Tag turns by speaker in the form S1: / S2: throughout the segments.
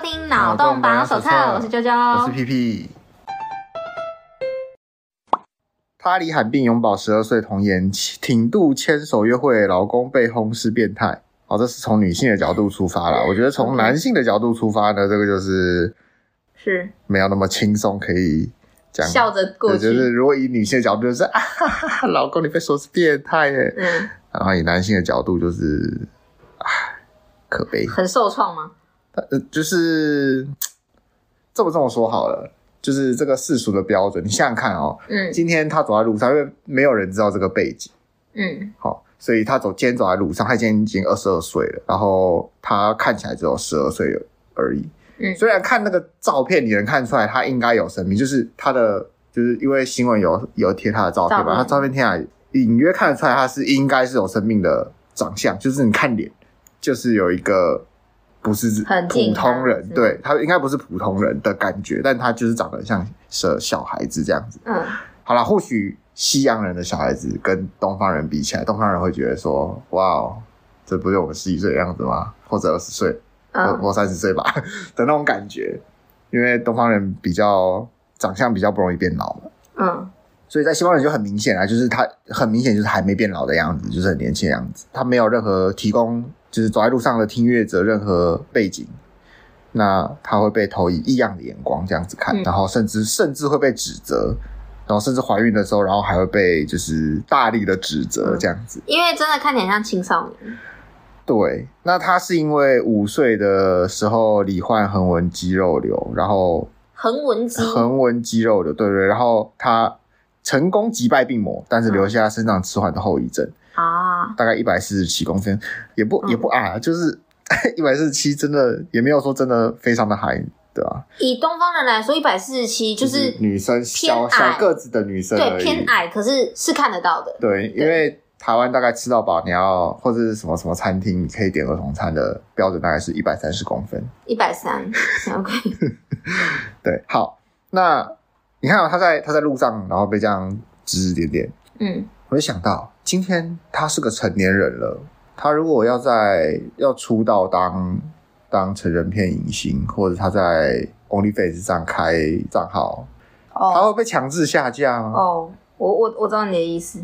S1: 听《脑洞榜手册》，我是啾
S2: 我是
S1: 啾。
S2: 屁屁。巴黎罕病永保十二岁童颜，挺度牵手约会，老公被轰是变态。哦，这是从女性的角度出发啦。我觉得从男性的角度出发呢，这个就是
S1: 是
S2: 没有那么轻松可以讲。
S1: 笑着过
S2: 对，
S1: 去，
S2: 就是如果以女性的角度，就是啊哈哈哈，老公你被说是变态耶。
S1: 嗯，
S2: 然后以男性的角度，就是唉，可悲。
S1: 很受创吗？
S2: 呃，就是这么这么说好了，就是这个世俗的标准，你想想看哦，
S1: 嗯
S2: 今天他走在路上，因为没有人知道这个背景，
S1: 嗯
S2: 好、所以他走今天走在路上，他今天已经二十二岁了，然后他看起来只有十二岁而已。
S1: 嗯
S2: 虽然看那个照片，你能看出来他应该有生命，就是他的，就是因为新闻有有贴他的照片
S1: 照
S2: 嘛，
S1: 片
S2: 他照片贴下来隐约看得出来他是应该是有生命的长相，就是你看脸，就是有一个不是
S1: 很
S2: 普
S1: 近
S2: 通人，
S1: 嗯
S2: 对他应该不是普通人的感觉，但他就是长得像小小孩子这样子。
S1: 嗯，
S2: 好啦，或许西洋人的小孩子跟东方人比起来，东方人会觉得说，哇哦，这不是我们十几岁的样子吗？或者二十岁，或
S1: 嗯
S2: 或三十岁吧 的那种感觉，因为东方人比较长相比较不容易变老嘛，
S1: 嗯
S2: 所以在西方人就很明显啊，就是他很明显就是还没变老的样子，就是很年轻的样子，他没有任何提供就是走在路上的听乐者任何背景。那他会被投以异样的眼光这样子看，
S1: 嗯
S2: 然后甚至甚至会被指责，然后甚至怀孕的时候，然后还会被就是大力的指责这样子。
S1: 因为真的看起来像青少年。
S2: 对，那他是因为五岁的时候罹患横纹肌肉瘤，然后
S1: 横纹肌，
S2: 横纹肌肉瘤，对对，然后他成功击败病魔，但是
S1: 嗯
S2: 留下生长迟缓的后遗症，
S1: 啊，
S2: 大概一百四十七公分，也不
S1: 嗯
S2: 也不矮啊，就是一百四十七，147真的也没有说真的非常的矮，对吧、
S1: 以东方人来说，一百四十七就是
S2: 女生小
S1: 偏矮
S2: 小个子的女生而
S1: 对
S2: 已，
S1: 偏矮，可是是看得到的。
S2: 对，因为台湾大概吃到饱，你要或者是什么什么餐厅，你可以点儿童餐的标准大概是一百三十公分。
S1: 一百 三，OK，
S2: 对，好，那你看、哦、他在他在路上，然后被这样指指点点，
S1: 嗯
S2: 我就想到今天他是个成年人了，他如果要在要出道当当成人片影星，或者他在 OnlyFans 上开账号，他
S1: 哦
S2: 会被强制下架吗？
S1: 哦，我我我知道你的意思，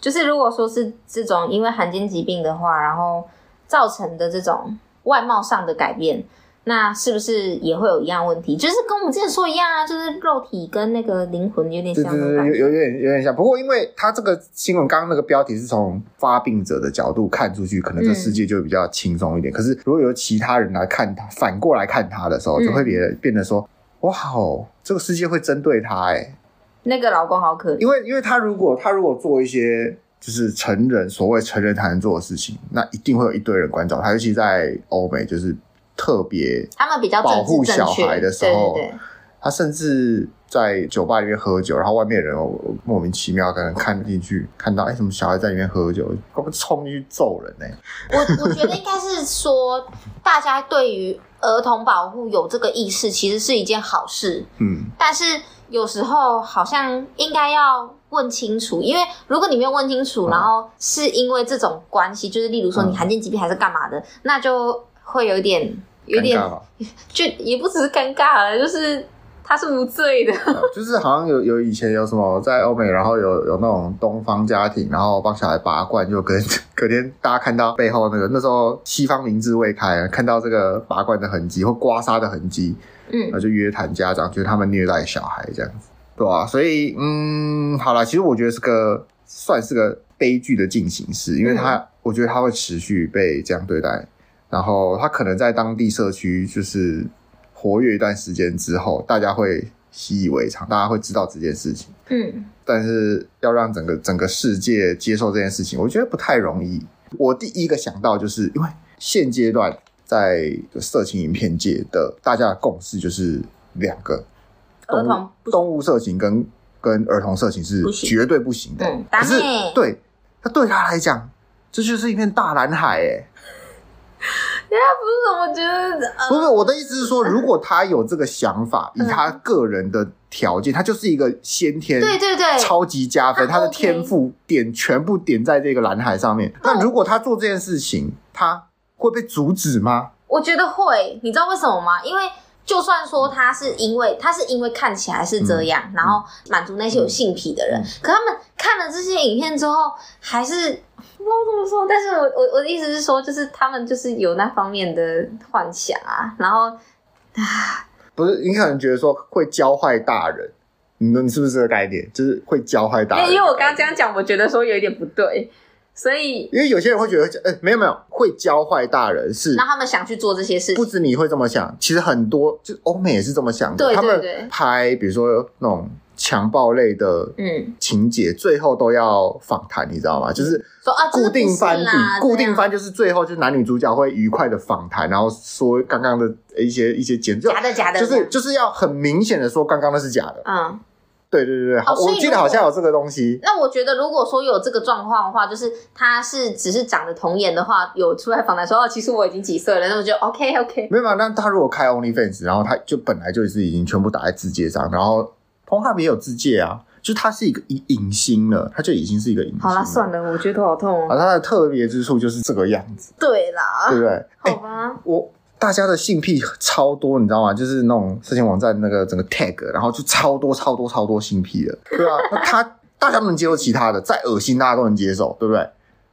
S1: 就是如果说是这种因为罕见疾病的话，然后造成的这种外貌上的改变。那是不是也会有一样问题？就是跟我们之前说一样啊，就是肉体跟那个灵魂有点
S2: 对
S1: 像
S2: 对
S1: 那种
S2: 对，
S1: 感
S2: 有
S1: 觉。
S2: 有点有点像。不过，因为他这个新闻刚刚那个标题是从发病者的角度看出去，可能这
S1: 嗯
S2: 世界就比较轻松一点。可是，如果有其他人来看他，反过来看他的时候，
S1: 嗯
S2: 就会变得变得说，哇哦，这个世界会针对他哎、
S1: 那个老公好可怜，
S2: 因为因为他如果他如果做一些就是成人所谓成人才能做的事情，那一定会有一堆人关照他，尤其在欧美就是特别
S1: 他们比较
S2: 保
S1: 政治
S2: 护
S1: 正
S2: 小
S1: 确。
S2: 孩的时候
S1: 对对对，
S2: 他甚至在酒吧里面喝酒，然后外面的人哦莫名其妙可能看进去，看到哎、什么小孩在里面喝酒，我们冲进去揍人呢、
S1: 我我觉得应该是说，大家对于儿童保护有这个意识，其实是一件好事。
S2: 嗯，
S1: 但是有时候好像应该要问清楚，因为如果你没有问清楚，
S2: 嗯
S1: 然后是因为这种关系，就是例如说
S2: 嗯
S1: 你罕见疾病还是干嘛的，那就会有点有点
S2: 尴尬嘛
S1: 就也不只是尴尬了，就是他是无罪的。
S2: 对啊 就是好像有有以前有什么在欧美，然后有有那种东方家庭，然后帮小孩拔罐，就跟隔天 大家看到背后那个那时候西方明智未开，看到这个拔罐的痕迹或刮痧的痕迹，
S1: 嗯
S2: 然后就约谈家长，觉得他们虐待小孩这样子，对啊，所以嗯，好了，其实我觉得是个算是个悲剧的进行式，因为他、我觉得他会持续被这样对待，然后他可能在当地社区就是活跃一段时间之后，大家会习以为常，大家会知道这件事情，
S1: 嗯
S2: 但是要让整个整个世界接受这件事情，我觉得不太容易。我第一个想到就是因为现阶段在色情影片界的大家的共识就是两个，
S1: 儿童
S2: 动物动物色情跟跟儿童色情是
S1: 不行
S2: 绝对不行的。
S1: 嗯，打
S2: 可是
S1: 内
S2: 对，那对他来讲，这就是一片大蓝海哎、
S1: 啊不是我觉得呃
S2: 不是我的意思是说，如果他有这个想法，以
S1: 嗯
S2: 他个人的条件，他就是一个先天
S1: 对对对，
S2: 超级加分，
S1: 他
S2: 他的
S1: OK
S2: 天赋点全部点在这个蓝海上面。那如果他做这件事情，他会被阻止吗？
S1: 我觉得会，你知道为什么吗？因为就算说他是因为他是因为看起来是这样，
S2: 嗯
S1: 然后满足那些有性癖的人，可他们看了这些影片之后，还是不知道怎么说。但是我我我的意思是说，就是他们就是有那方面的幻想啊，然后
S2: 不是你可能觉得说会教坏大人，你你是不是这个概念？就是会教坏大
S1: 因
S2: 人。
S1: 为因为我刚刚这样讲，我觉得说有一点不对，所以
S2: 因为有些人会觉得，哎、没有没有，会教坏大人是
S1: 让他们想去做这些事
S2: 不
S1: 情。
S2: 止你会这么想，其实很多就欧美也是这么想的。
S1: 对对
S2: 他
S1: 对
S2: 们拍比如说那种强暴类的
S1: 嗯，
S2: 情节，最后都要访谈，你知道吗？就是
S1: 说啊，这个
S2: 固定
S1: 不是
S2: 番
S1: 啦啊
S2: 底，固定。
S1: 这样
S2: 番就是最后就是男女主角会愉快的访谈，然后说刚刚的一些一些简就
S1: 假的假的
S2: 就
S1: 这
S2: 是
S1: 样
S2: 就是要很明显的说刚刚那是假的。
S1: 嗯，
S2: 对对对对，好
S1: 哦所以
S2: 我记得
S1: 如果
S2: 好像有这个东西。
S1: 那我觉得，如果说有这个状况的话，就是他是只是长得童颜的话，有出来访谈说哦，其实我已经几岁了，那我就 OK OK。
S2: 没有嘛？那他如果开 OnlyFans，然后他就本来就是已经全部打在字界上，然后 p o n h u b 也有字界啊，就是他是一个影影星了，他就已经是一个影星。
S1: 好啦，算
S2: 了。
S1: 了，我觉得头好痛
S2: 啊，
S1: 哦。
S2: 他的特别之处就是这个样子，
S1: 对啦，
S2: 对不对？哎、
S1: 好吧，
S2: 我大家的性癖超多，你知道吗？就是那种色情网站那个整个 tag，然后就超多超多超多性癖的，对啊，那他大家都能接受其他的，再恶心大家都能接受，对不对？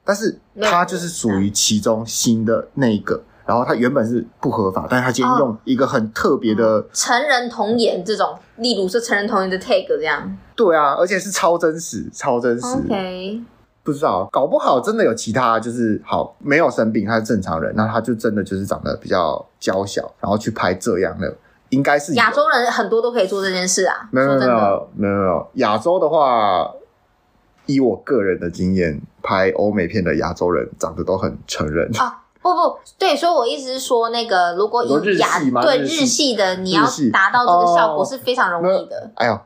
S2: 但是
S1: 没有
S2: 他就是属于其中新的那一个，然后他原本是不合法，但是他今天用一个很特别的，
S1: 成人童颜这种，例如说成人童颜的 tag 这样
S2: 对啊，而且是超真实，超真实。
S1: ，OK，
S2: 不知道，搞不好真的有其他，就是好没有生病，他是正常人，那他就真的就是长得比较娇小，然后去拍这样的，应该是有
S1: 亚洲人很多都可以做这件事啊。
S2: 没有
S1: 说
S2: 没
S1: 真
S2: 有没
S1: 的，
S2: 有没有没有亚洲的话，以我个人的经验，拍欧美片的亚洲人长得都很成人，
S1: 不不，对，所以我意思是说，那个如果
S2: 你说日
S1: 以亚
S2: 系吗
S1: 对
S2: 日系
S1: 日系的，你要
S2: 日系
S1: 达到这个效果
S2: 哦
S1: 是非常容易的。
S2: 哎呦。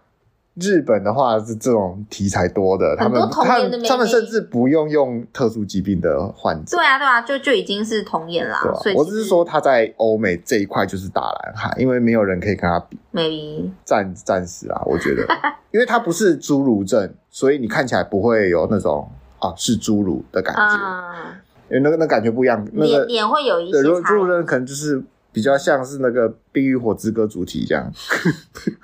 S2: 日本的话是这种题材多的，他
S1: 很
S2: 们
S1: 多童
S2: 他
S1: 颜的
S2: 们
S1: 妹妹
S2: 他们甚至不用用特殊疾病的患者，
S1: 对啊，对啊，就就已经是童颜啦
S2: 对吧、。
S1: 所以
S2: 我
S1: 其
S2: 只是
S1: 实
S2: 说他在欧美这一块就是大蓝海，因为没有人可以跟他比。
S1: ，maybe
S2: 暂暂时啊，我觉 得，因为它不是侏儒症，所以你看起来不会有那种啊是侏儒的感觉，
S1: 嗯，
S2: 因为那个那感觉不一样。那
S1: 脸
S2: 个
S1: 脸会有一
S2: 对，如
S1: 些啊
S2: 果
S1: 差
S2: 侏儒症可能就是比较像是那个《冰与火之歌》主题这样，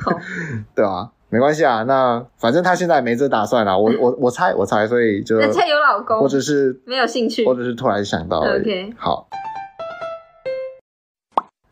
S1: 好
S2: 对啊，没关系啊，那反正他现在也没这打算啦、我我我猜我猜，所以就
S1: 人家有老
S2: 我
S1: 公，
S2: 只是
S1: 没有兴趣
S2: 我。只是突然想到而已。
S1: OK
S2: 好，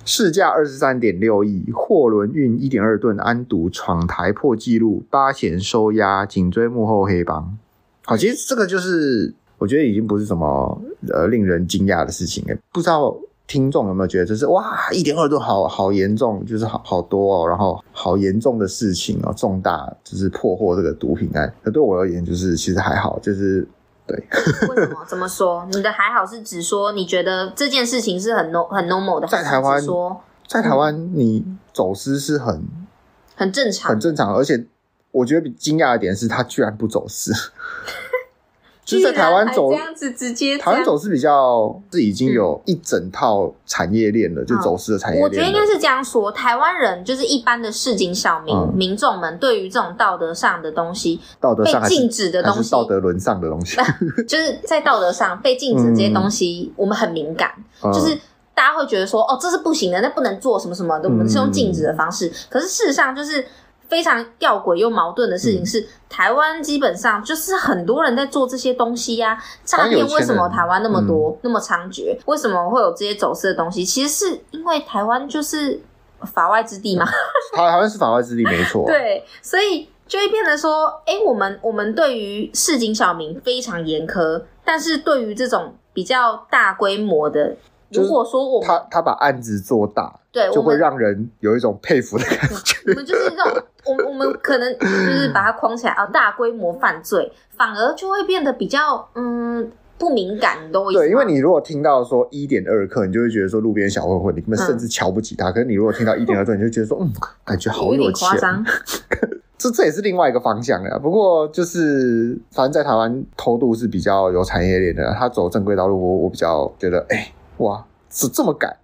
S2: 市价二十三点六亿，货轮运一点二吨，安独闯台破纪录，八贤收押，紧追幕后黑帮。好，其实这个就是我觉得已经不是什么呃令人惊讶的事情了，不知道。听众有没有觉得就是哇，一点二吨好好严重，就是好好多哦，然后好严重的事情哦，重大就是破获这个毒品案。那对我而言，就是其实还好，就是
S1: 为什么？怎么说？你的还好是指说，你觉得这件事情是很 no 很 normal 的，
S2: 在
S1: 还是
S2: 台湾
S1: 指说
S2: 在台湾，你走私是很
S1: 很正常
S2: 很，正常，而且我觉得比惊讶的点是，他居然不走私。 就是在
S1: 居然
S2: 台湾
S1: 还
S2: 走
S1: 这，样子直接
S2: 台湾走私比较是已经有一整套产业链了，就走私的产
S1: 这
S2: 业
S1: 样。
S2: 链了。
S1: 我觉得应该是这样说，台湾人就是一般的市井小民、
S2: 嗯
S1: 民众们，对于这种道德上的东西、
S2: 道德
S1: 被
S2: 上还
S1: 禁
S2: 是
S1: 止的
S2: 还
S1: 东
S2: 是
S1: 西，
S2: 道德沦丧的东西，
S1: 就是在道德上被禁止这些东西，我们很敏感。 就
S2: 嗯
S1: 是大家会觉得说，哦，这是不行的，那不能做什么什么的，我们是
S2: 嗯
S1: 用禁止的方式。可是事实上，就是非常吊诡又矛盾的事
S2: 嗯
S1: 情是，台湾基本上就是很多人在做这些东西呀、诈
S2: 当然有
S1: 骗
S2: 钱
S1: 为
S2: 人嗯
S1: 什么台湾那么多、那么猖獗？为什么会有这些走私的东西？其实是因为台湾就是法外之地嘛，
S2: 台台湾是法外之地，没 错。，
S1: 对，所以就会变得说，哎、我们我们对于市井小民非常严苛，但是对于这种比较大规模的，
S2: 就是
S1: 如果说我们
S2: 他他把案子做大，
S1: 对
S2: 就
S1: 我
S2: 会
S1: 们
S2: 让人有一种佩服的感觉。
S1: 我们就是那种，我们我们可能就是把它框起来啊，大规模犯罪反而就会变得比较嗯不敏感，你懂我意思吗？
S2: 对，因为你如果听到说一点二克，你就会觉得说路边小混混，你们
S1: 嗯
S2: 甚至瞧不起他。可是你如果听到一点二克，你就觉得说，嗯，感觉好
S1: 有点
S2: 钱
S1: 夸。张，
S2: 这这也是另外一个方向啊。不过就是，反正在台湾偷渡是比较有产业链的，他走正规道路，我我比较觉得，哎、哇，这这么改，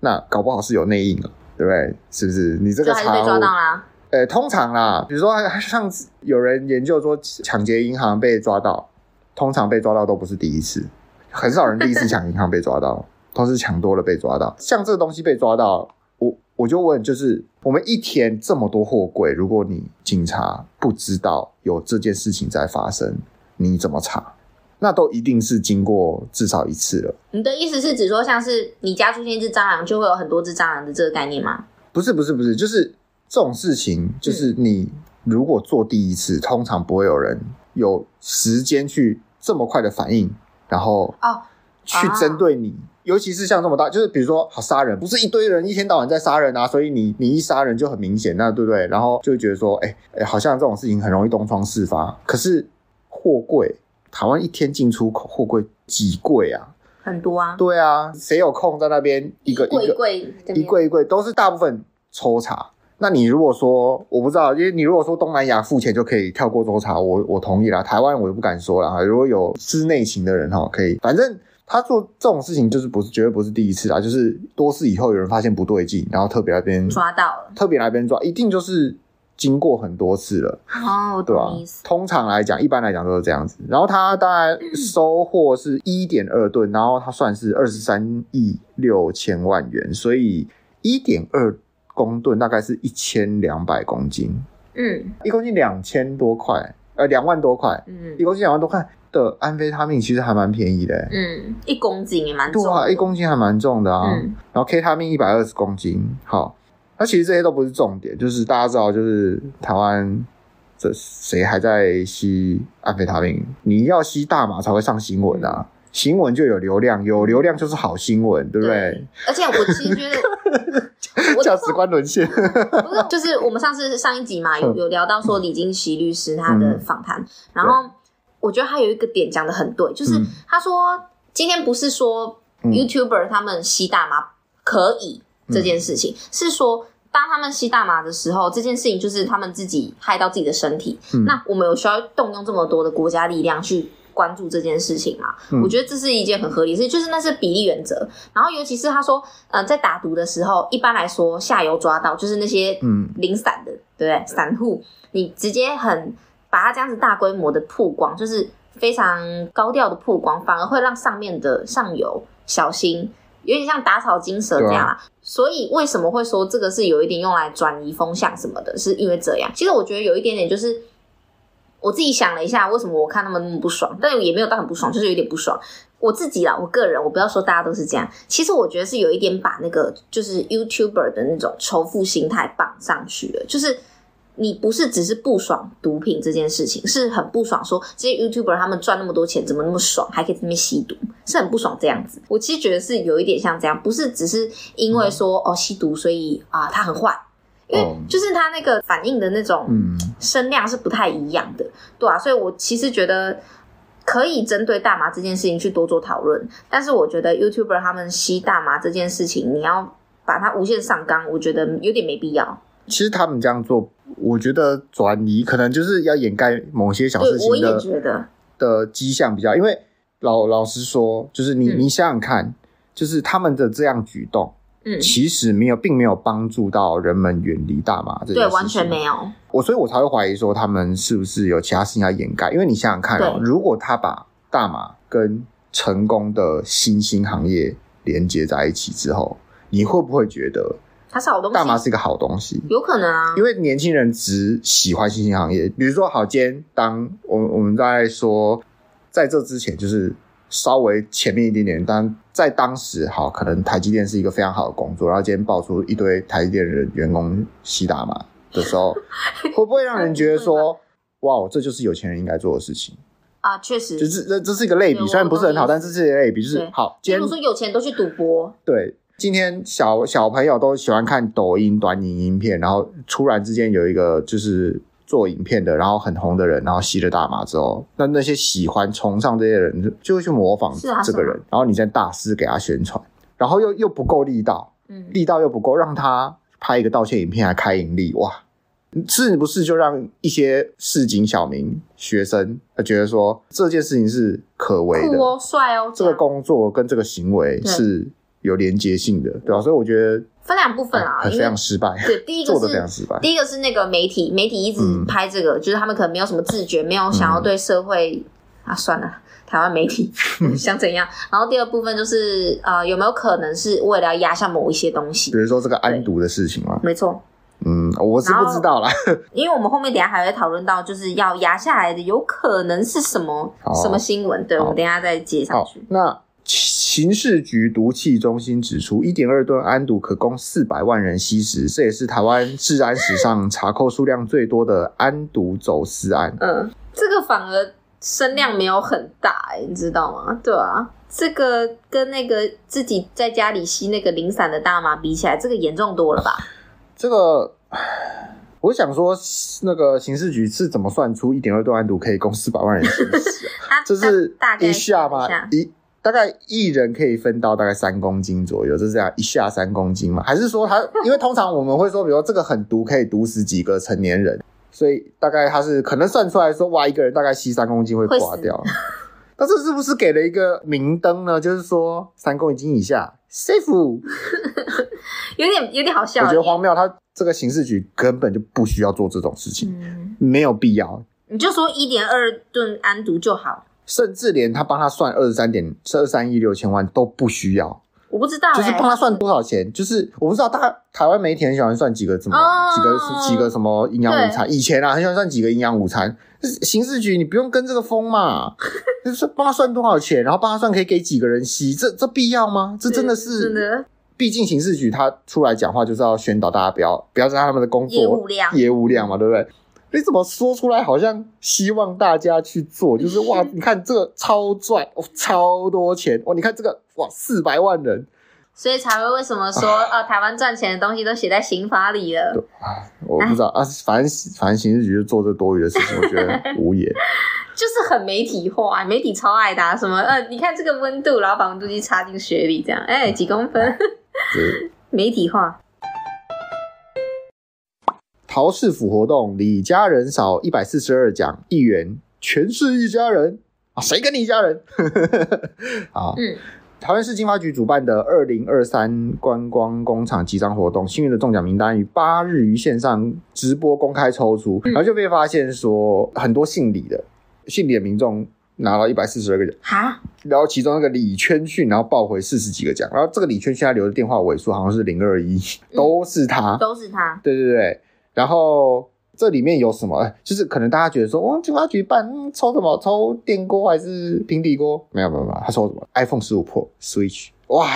S2: 那搞不好是有内应了。对不对？是不是你这
S1: 就
S2: 个
S1: 还是
S2: 查
S1: 被抓
S2: 我
S1: 到啦。
S2: 呃，通常啦，比如说上次有人研究说抢劫银行被抓到，通常被抓到都不是第一次，很少人第一次抢银行被抓到，都是抢多了被抓到。像这个东西被抓到，我我就问，就是我们一天这么多货柜，如果你警察不知道有这件事情在发生，你怎么查？那都一定是经过至少一次了。
S1: 你的意思是指说，像是你家出现一只蟑螂，就会有很多只蟑螂的这个概念吗？
S2: 不是不是不是，就是这种事情，
S1: 嗯
S2: 就是你如果做第一次，通常不会有人有时间去这么快的反应，然后
S1: 哦，
S2: 去针对你。尤其是像这么大，就是比如说好杀人，不是一堆人一天到晚在杀人啊，所以你你一杀人就很明显，那对不对？然后就会觉得说，哎、哎，好像这种事情很容易东窗事发。可是货柜，台湾一天进出口货柜几柜啊？
S1: 很多啊，
S2: 对啊，谁有空在那边一个一
S1: 柜
S2: 个
S1: 柜这
S2: 一
S1: 边
S2: 柜一柜都是大部分抽查。那你如果说我不知道，因为你如果说东南亚付钱就可以跳过抽查，我我同意啦。台湾我就不敢说了哈。如果有知内情的人哈，可以，反正他做这种事情就是不是绝对不是第一次啦，就是多次以后有人发现不对劲，然后特别来这边
S1: 抓到了。
S2: 特别来这边抓，一定就是经过很多次了。
S1: 哦，我
S2: 对啊吧、
S1: 懂你意思。
S2: 通常来讲，一般来讲都是这样子。然后他当然收获是一点二吨，然后他算是二十三亿六千万元，所以一点二公吨大概是一千两百公斤，
S1: 嗯
S2: 一公斤两千多块，呃，两万多块，
S1: 嗯
S2: 一公斤两万多块的安非他命其实还蛮便宜的、欸。
S1: 嗯，一公斤也蛮重的。
S2: 对啊，一公斤还蛮重的啊。
S1: 嗯
S2: 然后 K 他命一百二十公斤，好，那其实这些都不是重点，就是大家知道，就是台湾这谁还在吸安非他命？你要吸大麻才会上新闻啊，新闻就有流量，有流量就是好新闻，对不对？
S1: 而且我其实觉得 我
S2: 价值观沦 陷，
S1: 不是，就是我们上次上一集嘛，有有聊到说李金喜律师他的访谈，然后我觉得他有一个点讲的很对，就是
S2: 嗯
S1: 他说今天不是说
S2: 嗯
S1: YouTuber 他们吸大麻可以这件事
S2: 嗯
S1: 情，是说。当他们吸大麻的时候，这件事情就是他们自己害到自己的身体。
S2: 嗯
S1: 那我们有需要动用这么多的国家力量去关注这件事情吗？
S2: 嗯
S1: 我觉得这是一件很合理的事，就是那是比例原则。然后尤其是他说，呃，在打毒的时候，一般来说下游抓到就是那些
S2: 嗯
S1: 零散的，对不对？散户，你直接很把它这样子大规模的曝光，就是非常高调的曝光，反而会让上面的上游小心，有点像打草惊蛇这样啦。所以为什么会说这个是有一点用来转移风向什么的，是因为这样。其实我觉得有一点点就是。我自己想了一下，为什么我看他们那么不爽，但也没有到很不爽，就是有点不爽。我自己啦，我个人，我不要说大家都是这样。其实我觉得是有一点把那个就是 YouTuber 的那种仇富心态绑上去了，就是你不是只是不爽毒品这件事情，是很不爽说这些 YouTuber 他们赚那么多钱怎么那么爽，还可以在那边吸毒，是很不爽这样子。我其实觉得是有一点像这样，不是只是因为说、哦吸毒所以啊、他很坏，因为
S2: 嗯哦
S1: 就是他那个反应的那种
S2: 嗯，
S1: 声量是不太一样的，对啊，所以我其实觉得可以针对大麻这件事情去多做讨论，但是我觉得 YouTuber 他们吸大麻这件事情，你要把它无限上纲，我觉得有点没必要。
S2: 其实他们这样做，我觉得转移可能就是要掩盖某些小
S1: 对
S2: 事，情
S1: 我
S2: 的
S1: 也觉得，
S2: 的迹象比较，因为老老实说，就是你、
S1: 嗯
S2: 你想想看，就是他们的这样举动，
S1: 嗯，
S2: 其实没有，并没有帮助到人们远离大麻这件
S1: 对，
S2: 事情
S1: 完全没有，
S2: 我，所以我才会怀疑说他们是不是有其他事情要掩盖。因为你想想看哦，
S1: 对
S2: 如果他把大麻跟成功的新兴行业连接在一起之后，你会不会觉得
S1: 它是好东
S2: 大麻
S1: 西，
S2: 是一个好东西？
S1: 有可能啊
S2: 因，为年轻人只喜欢新兴行业，比如说，好，今天当我我们在说，在这之前就是稍微前面一点点，但在当时，好，可能台积电是一个非常好的工作，然后今天爆出一堆台积电人员工吸大麻的时候，会不会让人觉 得说，哇，哦这就是有钱人应该做的事情？
S1: 啊，确实，比
S2: 就是这这是一个类
S1: 对
S2: 比，
S1: 我
S2: 虽然不是很好，
S1: 懂
S2: 但
S1: 你意思
S2: 是是一个类比，就是
S1: 对
S2: 好，今天
S1: 如说有钱人都去赌博，
S2: 对，今天小小朋友都喜欢看抖音短影音片，然后突然之间有一个就是做影片的，然后很红的人，然后吸了大麻之后，那那些喜欢崇尚这些人就就会去模仿
S1: 是啊
S2: 这个
S1: 是啊
S2: 人，然后你再大肆给他宣传，然后又又不够力道，
S1: 嗯，
S2: 力道又不够，让他拍一个道歉影片还开盈利，哇！是不是就让一些市井小民、学生呃觉得说这件事情是可为的？
S1: 酷哦，帅哦，
S2: 这个
S1: 样
S2: 工作跟这个行为
S1: 对
S2: 是有连结性的，对吧、所以我觉得
S1: 分两部分啊，
S2: 很
S1: 因
S2: 非
S1: 为
S2: 常失败，
S1: 对第一个
S2: 做的
S1: 是
S2: 非常失败。
S1: 第一个是那个媒体，媒体一直
S2: 嗯嗯
S1: 拍这个，就是他们可能没有什么自觉，没有想要对社会、啊，算了，台湾媒体 想怎样？然后第二部分就是呃，有没有可能是为了要压下某一些东西
S2: 比？如说这个安毒的事情嘛，
S1: 没错，
S2: 嗯，我是不知道啦。
S1: 因为我们后面等一下还会讨论到，就是要压下来的有可能是什么、
S2: 好
S1: 什么新闻？对，我们等一下再接上
S2: 好
S1: 去。，
S2: 那刑事局毒气中心指出，一点二吨安毒可供四百万人吸食，这也是台湾治安史上查扣数量最多的安毒走私案。
S1: 嗯，这个反而声量没有很大、欸，你知道吗？对啊，这个跟那个自己在家里吸那个零散的大麻比起来，这个严重多了吧？
S2: 这个，我想说，那个刑事局是怎么算出一点二吨安毒可以供四百万人吸食、啊？
S1: 它
S2: 这是
S1: 大大概
S2: 一下吗
S1: 一下？
S2: 一大概一人可以分到大概三公斤左右，就是这样一下三公斤嘛？还是说它？因为通常我们会说，比如说这个很毒，可以毒死几个成年人，所以大概它是可能算出来说，哇，一个人大概吸三公斤会
S1: 会
S2: 挂
S1: 死
S2: 掉。那这是不是给了一个明灯呢？就是说三公斤以下，safe。我
S1: 有点有点好笑。
S2: 觉得荒谬，他这个刑事局根本就不需要做这种事情，
S1: 嗯，
S2: 没有必要。
S1: 你就说一点二吨安毒就好，
S2: 甚至连他帮他算二十三点二三亿六千万都不需要，
S1: 我不知道、欸，
S2: 就是帮他算多少钱，就是我不知道大台湾媒体很喜欢算几个什么、
S1: 哦
S2: 几个几个什么营养午餐，以前啊很喜欢算几个营养午餐。就是刑事局你不用跟这个风嘛，就是帮他算多少钱，然后帮他算可以给几个人吸，这这必要吗？这真的是
S1: 真的
S2: 毕竟刑事局他出来讲话就是要宣导大家不要不要让他们的工作
S1: 业务量
S2: 业务量嘛，对不对？你怎么说出来好像希望大家去做？就是 哇，你看这个超赚哦，超多钱哦！你看这个哇，四百万人，
S1: 所以才会为什么说
S2: 啊
S1: 呃，台湾赚钱的东西都写在刑法里了。
S2: 我不知道啊，反正反正刑事局就做这多余的事情，我觉得无言。
S1: 就是很媒体化，媒体超爱打什么呃，你看这个温度，然后把温度计插进水里，这样，哎、几公分，
S2: 嗯对
S1: 媒体化。
S2: 陶氏府活动，李家人少一百四十二奖，一元，全是一家人啊！谁跟你一家人？ 啊，
S1: 嗯，
S2: 台湾市经发局主办的二零二三观光工厂集章活动，幸运的中奖名单于八日于线上直播公开抽出，然后就被发现说很多姓李的姓李的民众拿到一百四十二个奖，
S1: 哈，
S2: 然后其中那个李圈训然后报回四十几个奖，然后这个李圈训他留的电话尾数好像是零二一，都是他，
S1: 嗯都是他，
S2: 对对对，然后。这里面有什么？就是可能大家觉得说，哦，经发局办、嗯、抽什么？抽电锅还是平底锅？没有没有没有，他抽什么？iPhone 十五 Pro Switch，哇，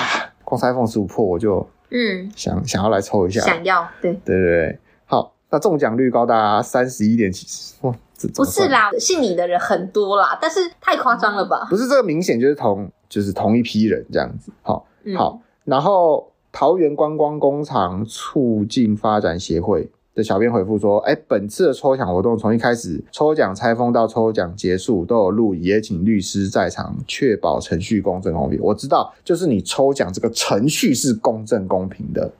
S2: 光是 iPhone 十五 Pro 我就
S1: 嗯，
S2: 想想要来抽一下，
S1: 想要，对，
S2: 对对对，好，那中奖率高达三十一点七，哇，这怎
S1: 不
S2: 么
S1: 是
S2: 算，
S1: 啦，姓李的人很多啦，但是太夸张了吧？
S2: 不是这个明显就是同就是同一批人这样子，好，
S1: 嗯、
S2: 好，然后桃园观光工厂促进发展协会的小编回复说：“哎，本次的抽奖活动从一开始抽奖拆封到抽奖结束都有录影，也请律师在场，确保程序公正公平。我知道，就是你抽奖这个程序是公正公平的。”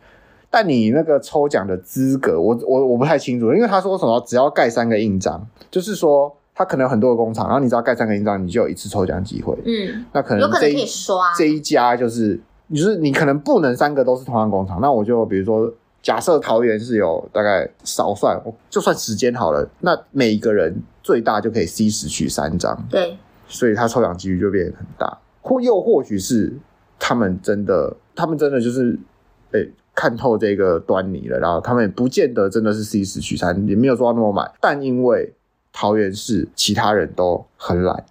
S2: 但你那个抽奖的资格，我我我不太清楚，因为他说什么只要盖三个印章，就是说他可能有很多个工厂，然后你只要盖三个印章，你就有一次抽奖机会。
S1: 嗯，
S2: 那可能
S1: 有可能
S2: 这
S1: 可
S2: 一
S1: 以刷，
S2: 这一家就是，就是你可能不能三个都是同样工厂，那我就比如说，假设桃园是有大概少算，我就算时间好了，那每一个人最大就可以 C 十取三张，
S1: 对，
S2: 所以他抽奖几率就变得很大，或又或许是他们真的，他们真的就是，诶、看透这个端倪了，然后他们也不见得真的是 C 十取三，也没有做到那么满，但因为桃园市其他人都很懒，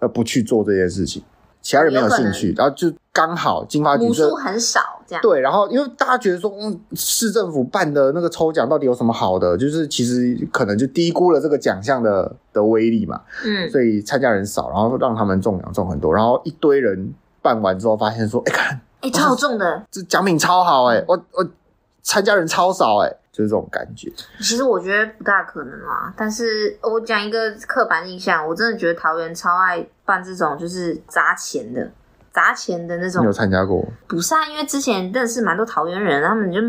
S2: 呃，不去做这件事情，其他人没有兴趣，然后就刚好金发局
S1: 母
S2: 这
S1: 数很少，这样，
S2: 对，然后因为大家觉得说，嗯，市政府办的那个抽奖到底有什么好的？就是其实可能就低估了这个奖项的的威力嘛。
S1: 嗯，
S2: 所以参加人少，然后让他们中奖中很多，然后一堆人办完之后发现说，哎、看
S1: 哎、超重的。
S2: 这奖品超好哎、我我参加人超少哎、就是这种感觉。
S1: 其实我觉得不大可能啦，但是我讲一个刻板印象，我真的觉得桃园超爱办这种就是砸钱的、砸钱的那种
S2: 你有参加过？
S1: 不是啊，因为之前认识蛮多桃园人，他们就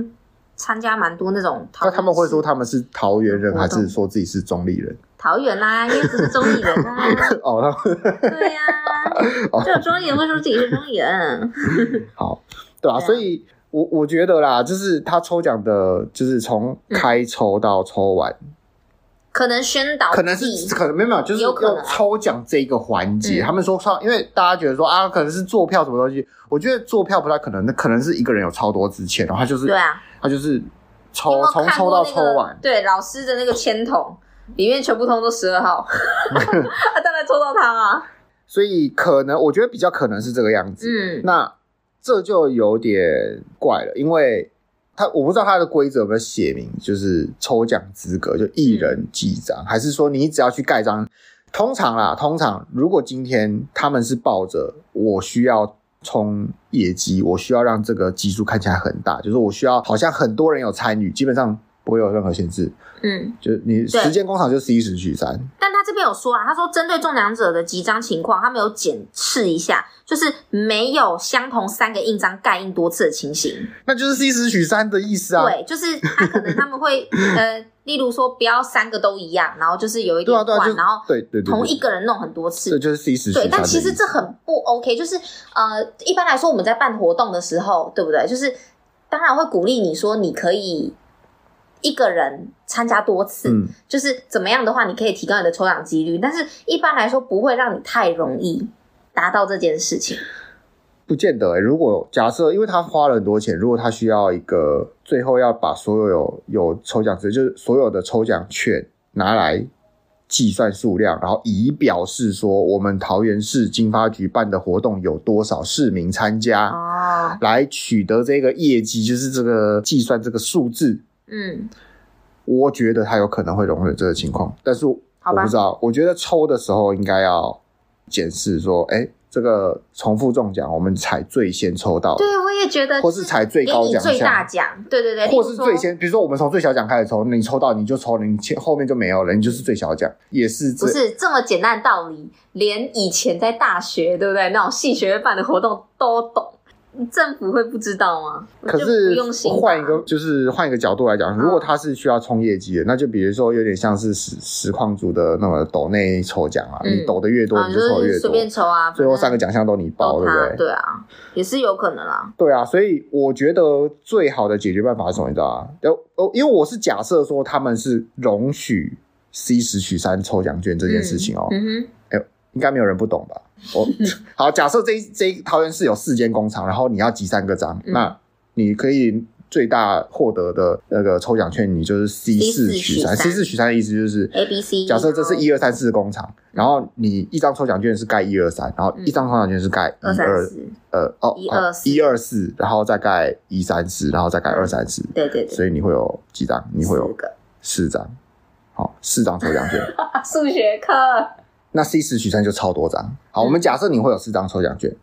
S1: 参加蛮多那种桃
S2: 那
S1: 园市。
S2: 他们会说他们是桃园人，
S1: 活
S2: 还
S1: 动
S2: 是说自己是中立人？
S1: 桃园啦、因为不是中立人啊，
S2: 哦，他们
S1: 对呀、
S2: 哦
S1: 就有中立人会说自己是中立人。
S2: 好，对啊，
S1: 对啊
S2: 所以我我嗯觉得啦，就是他抽奖的，就是从开抽到抽完，
S1: 可能宣导
S2: 可能
S1: 自己
S2: 是可能没有没有，就是
S1: 有可能
S2: 要抽奖这一个环节，
S1: 嗯
S2: 他们说上，因为大家觉得说啊，可能是做票什么东西，我觉得做票不太可能，那可能是一个人有超多支签，然后他就是
S1: 对啊，
S2: 他就是
S1: 你有
S2: 抽
S1: 没有
S2: 从
S1: 看
S2: 抽
S1: 过
S2: 到
S1: 那
S2: 抽
S1: 个
S2: 完，
S1: 对老师的那个签筒里面全部通都十二 号，他当然抽到他啊，
S2: 所以可能我觉得比较可能是这个样子。
S1: 嗯，
S2: 那这就有点怪了，因为他我不知道他的规则有没有写明，就是抽奖资格就一
S1: 嗯
S2: 人几张，还是说你只要去盖章？通常啦，通常如果今天他们是抱着我需要冲业绩，我需要让这个基数看起来很大，就是我需要好像很多人有参与，基本上不会有任何限制。
S1: 嗯，
S2: 就是你
S1: 对
S2: 时间工厂就 C 十取三，
S1: 但他这边有说啊，他说针对中奖者的集章情况，他们有检视一下，就是没有相同三个印章盖印多次的情形。
S2: 那就是 C 十取三的意思啊。
S1: 对，就是他可能他们 会呃，例如说不要三个都一样，然后就是有一
S2: 对
S1: 点
S2: 啊，对啊，
S1: 换，
S2: 就
S1: 然后
S2: 对对对，
S1: 同
S2: 对
S1: 一个人弄很多
S2: 这
S1: 次。
S2: 就是 C 十
S1: 对，但其实这很不 OK，就是呃，一般来说我们在办活动的时候，对不对？就是当然会鼓励你说你可以一个人参加多次，
S2: 嗯，
S1: 就是怎么样的话，你可以提高你的抽奖几率，但是一般来说不会让你太容易达到这件事情。
S2: 不见得、欸。如果假设，因为他花了很多钱，如果他需要一个最后要把所有有有抽奖资，就是所有的抽奖券拿来计算数量，然后以表示说我们桃园市经发局办的活动有多少市民参加。
S1: 哦，
S2: 来取得这个业绩，就是这个计算这个数字，
S1: 嗯，
S2: 我觉得他有可能会容忍这个情况，但是我
S1: 好吧
S2: 不知道，我觉得抽的时候应该要检视说，哎、这个重复中奖我们采最先抽到的，
S1: 对，我也觉得，
S2: 或是采最
S1: 给
S2: 高
S1: 你
S2: 奖
S1: 最大
S2: 项，
S1: 奖，对对对，
S2: 或
S1: 例
S2: 是
S1: 如说
S2: 最先，比如说我们从最小奖开始抽，你抽到你就抽，你前后面就没有了，你就是最小奖，也是这
S1: 不是这么简单的道理，连以前在大学，对不对？那种系学会办的活动都懂，政府会不知道吗？
S2: 可
S1: 就是不用心吧
S2: 换一个，就是换一个角度来讲，
S1: 嗯
S2: 如果他是需要冲业绩的，那就比如说有点像是实实况组的那么抖内抽奖啊，
S1: 嗯
S2: 你抖的越多
S1: 啊，
S2: 你
S1: 你
S2: 就抽
S1: 就是
S2: 得越
S1: 随
S2: 多，
S1: 便抽啊，
S2: 最后三个
S1: 奖
S2: 奖项都你包，对不
S1: 他，
S2: 对？
S1: 对啊，也是有可能啦。
S2: 对啊，所以我觉得最好的解决办法是什么？你知道吗？要哦，因为我是假设说他们是容许 C 十取三抽奖券这件事情哦，
S1: 嗯哼，
S2: 应该没有人不懂吧？ 我好，假设这一这一桃园市有四间工厂，然后你要集三个章，
S1: 嗯
S2: 那你可以最大获得的那个抽奖券，你就是 C 四
S1: C4
S2: 取三。
S1: 取
S2: C
S1: 三
S2: 四取三的意思就是。
S1: A B 哦 C，
S2: 假设这是一二三四的工厂，然后你一张抽奖券是盖一二三，然后一张抽奖券是盖一
S1: 嗯二三
S2: 二
S1: 四，
S2: 呃哦
S1: 一二四
S2: 一二四，然后再盖一三四，然后再盖
S1: 嗯
S2: 二三四，
S1: 对对对，
S2: 所以你会有几张？你
S1: 四
S2: 会有
S1: 个啊
S2: 四张，好，四张抽奖券。
S1: 数学课。
S2: 那 C 十取三就超多张。
S1: 嗯
S2: 好，我们假设你会有四张抽奖券，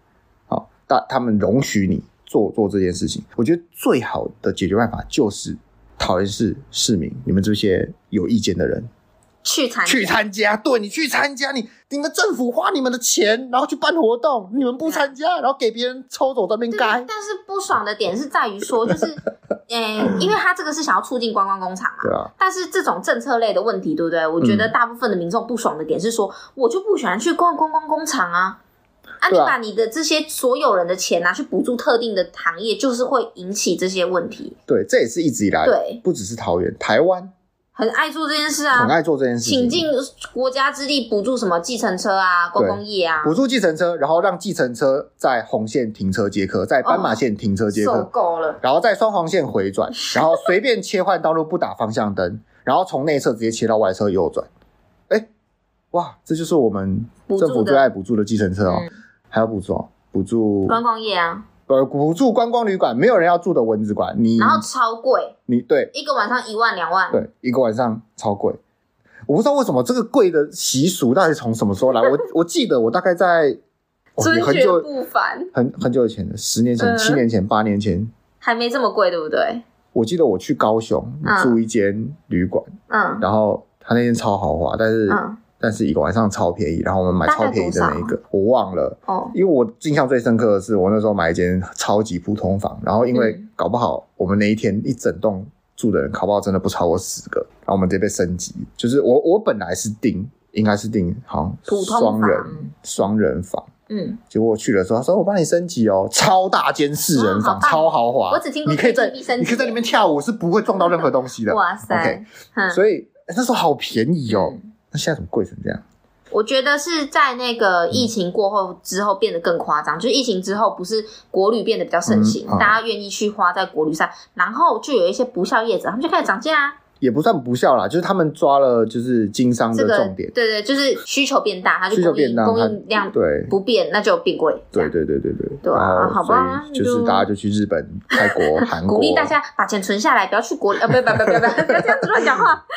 S2: 好，但他们容许你做做这件事情。我觉得最好的解决办法就是桃园市市民，你们这些有意见的人
S1: 去参加
S2: 去参加，对你去参加，你你们政府花你们的钱，然后去办活动，你们不参加，然后给别人抽走在那边
S1: 对啊
S2: 该，
S1: 但是不爽的点是在于说， 就是，诶、因为他这个是想要促进观光工厂嘛。
S2: 对啊，
S1: 但是这种政策类的问题，对不对？我觉得
S2: 嗯
S1: 大部分的民众不爽的点是说，我就不喜欢去逛观光工厂啊。啊，你
S2: 对啊
S1: 把你的这些所有人的钱拿去补助特定的行业，就是会引起这些问题。
S2: 对，这也是一直以来，
S1: 对
S2: 不只是桃园，台湾
S1: 很爱做这件事啊
S2: 很，爱做这件事情，
S1: 请尽国家之力补助什么计程车啊、观光业啊，
S2: 补助计程车，然后让计程车在红线停车接客，在斑马线停车接客，嗯
S1: 受够了。
S2: 然后在双黄线回 转，然后随便切换道路不打方向灯，然后从内侧直接切到外侧右转。哎，哇，这就是我们
S1: 补助
S2: 政府
S1: 的
S2: 最爱补助的计程车哦，
S1: 嗯
S2: 还有补助哦，补助
S1: 观光业啊，
S2: 呃补助观光旅馆，没有人要住的蚊子馆，你
S1: 然后超贵，
S2: 你对
S1: 一个晚上一万两万。
S2: 对，一个晚上超贵。我不知道为什么这个贵的习俗到底从什么时候来， 我我记得我大概在、哦、
S1: 尊
S2: 也很
S1: 爵
S2: 久
S1: 不凡，
S2: 很很久以前的，十年前、
S1: 嗯
S2: 七年前、八年前，
S1: 还没这么贵，对不对？
S2: 我记得我去高雄
S1: 嗯
S2: 住一间旅馆，
S1: 嗯
S2: 然后他那间超豪华，但是、
S1: 嗯，
S2: 但是一个晚上超便宜，然后我们买
S1: 大概
S2: 超便宜的那一个，我忘了。
S1: 哦，
S2: 因为我印象最深刻的是，我那时候买一间超级普通房，然后因为
S1: 嗯
S2: 搞不好我们那一天一整栋住的人，搞不好真的不超过十个，然后我们直接被升级。就是我我本来是订，应该是订好像
S1: 普通
S2: 双人
S1: 房
S2: 双人房，
S1: 嗯，
S2: 结果我去的时候，他说我帮你升级哦，超大间四人房，
S1: 哇好棒哦
S2: 超豪华。
S1: 我只听过
S2: 你可以在
S1: KTV 升级
S2: 你可以在里面跳舞，是不会撞到任何东西的。
S1: 哇塞
S2: OK，
S1: 嗯
S2: 所以欸那时候好便宜哦，
S1: 嗯
S2: 那现在怎么贵成这样？
S1: 我觉得是在那个疫情过后之后变得更夸张，就是疫情之后不是国旅变得比较盛行，
S2: 嗯啊
S1: 大家愿意去花在国旅上，然后就有一些不孝业者，他们就开始涨价啊。
S2: 也不算不孝啦，就是他们抓了就是经商
S1: 这
S2: 的
S1: 个
S2: 重点，
S1: 对对，就是需求变大，它就
S2: 需求
S1: 供
S2: 变
S1: 应
S2: 大，
S1: 供
S2: 它
S1: 应量
S2: 对
S1: 不变，那就变贵。这
S2: 对
S1: 样
S2: 对对对对，
S1: 对啊
S2: 然后
S1: 好吧
S2: 所以就是
S1: 就
S2: 大家就去日 本、泰国、韩国，
S1: 鼓励大家把钱存下来，不要去国旅，呃，不要不要不要不要不要这样子乱讲话。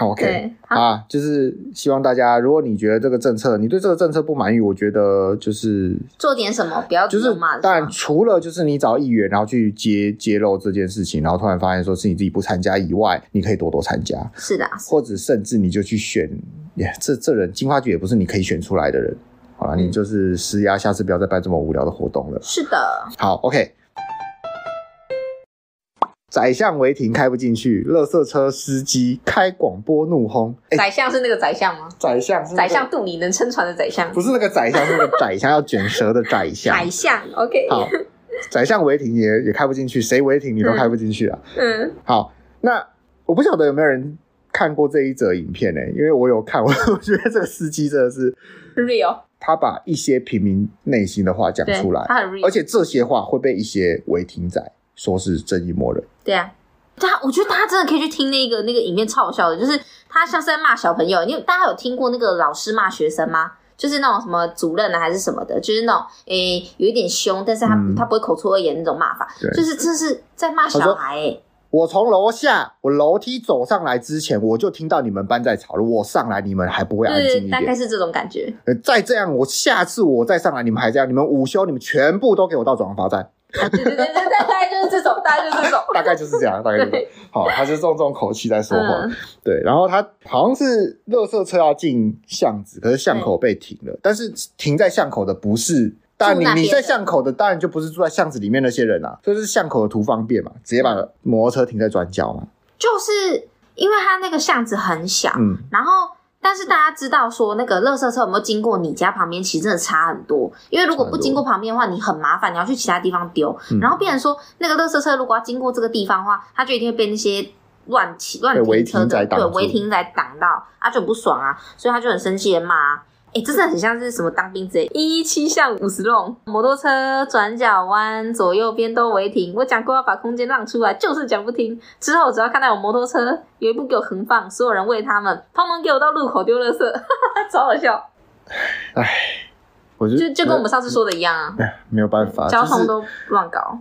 S2: OK
S1: 对好
S2: 啊，就是希望大家，如果你觉得这个政策，你对这个政策不满意，我觉得就是
S1: 做点什么，不要
S2: 就是
S1: 嘛。，
S2: 当然除了就是你找议员，然后去揭揭露这件事情，然后突然发现说是你自己不参加以外，你可以多多参加，
S1: 是的啊，
S2: 或者甚至你就去选，耶这这人金花局也不是你可以选出来的人。好了，
S1: 嗯
S2: 你就是施压，下次不要再办这么无聊的活动了。
S1: 是的，
S2: 好，OK。宰相违停开不进去，垃圾车司机开广播怒轰。哎、
S1: 宰相是那个宰相吗？
S2: 宰相是、那
S1: 宰
S2: 个
S1: 相肚里能撑船的宰相，
S2: 不是那个宰相，是那个宰相要卷舌的宰 相。
S1: 宰相，OK，
S2: 好，宰相违停也也开不进去，谁违停你都开不进去啊。
S1: 嗯，
S2: 好，那我不晓得有没有人看过这一则影片呢、因为我有看，我 我觉得这个司机真的是
S1: real，
S2: 他把一些平民内心的话讲
S1: 对
S2: 出，来，
S1: 他很 real，
S2: 而且这些话会被一些违停仔说是正义魔人。
S1: 对啊。他，我觉得大家真的可以去听那个那个影片，超好笑的。就是他像是在骂小朋友，你有大家有听过那个老师骂学生吗？就是那种什么主任啊，还是什么的，就是那种诶、有一点凶，但是他、
S2: 嗯
S1: 他不会口出恶言那种骂法
S2: 对，
S1: 就是这是在骂
S2: 他说
S1: 小孩、欸。
S2: 我从楼下，我楼梯走上来之前，我就听到你们班在吵了。我上来，你们还不会安静
S1: 对，
S2: 一
S1: 大概
S2: 点？
S1: 是这种感觉。
S2: 呃再这样，我下次我再上来，你们还这样，你们午休，你们全部都给我到转发站。
S1: 啊，对对对对，大概就是这种，大概就是这种。
S2: 大概就是这样，大概就是这样
S1: 对
S2: 好，他就是用这种口气在 说话。
S1: 嗯，
S2: 对，然后他好像是垃圾车要进巷子，可是巷口被停了，但是停在巷口的不是。当
S1: 住那
S2: 然你，你
S1: 边
S2: 在
S1: 的
S2: 巷口的当然就不是住在巷子里面那些人啊，就是巷口的图方便嘛，直接把摩托车停在转角嘛。
S1: 就是因为它那个巷子很小，
S2: 嗯，
S1: 然后但是大家知道说那个垃圾车有没有经过你家旁边，其实真的差很多。因为如果不经过旁边的话，你很麻烦，你要去其他地方丢。
S2: 嗯
S1: 然后变成说，那个垃圾车如果要经过这个地方的话，它就一定会被那些。乱停乱
S2: 被违
S1: 停车
S2: 停仔
S1: 的
S2: 挡
S1: 对
S2: 住
S1: 违停仔挡到，他就很不爽啊，所以他就很生气的骂、啊。哎、这真的很像是什么当兵之类，一七巷五十弄，摩托车转角弯，左右边都违停。我讲过要把空间让出来，就是讲不听。之后只要看到有摩托车，有一部给我横放，所有人喂他们，通通给我到路口丢垃圾， 超好笑。
S2: 我就
S1: 就就跟我们上次说的一样啊，
S2: 哎没有办法，
S1: 交
S2: 就是
S1: 通都乱搞。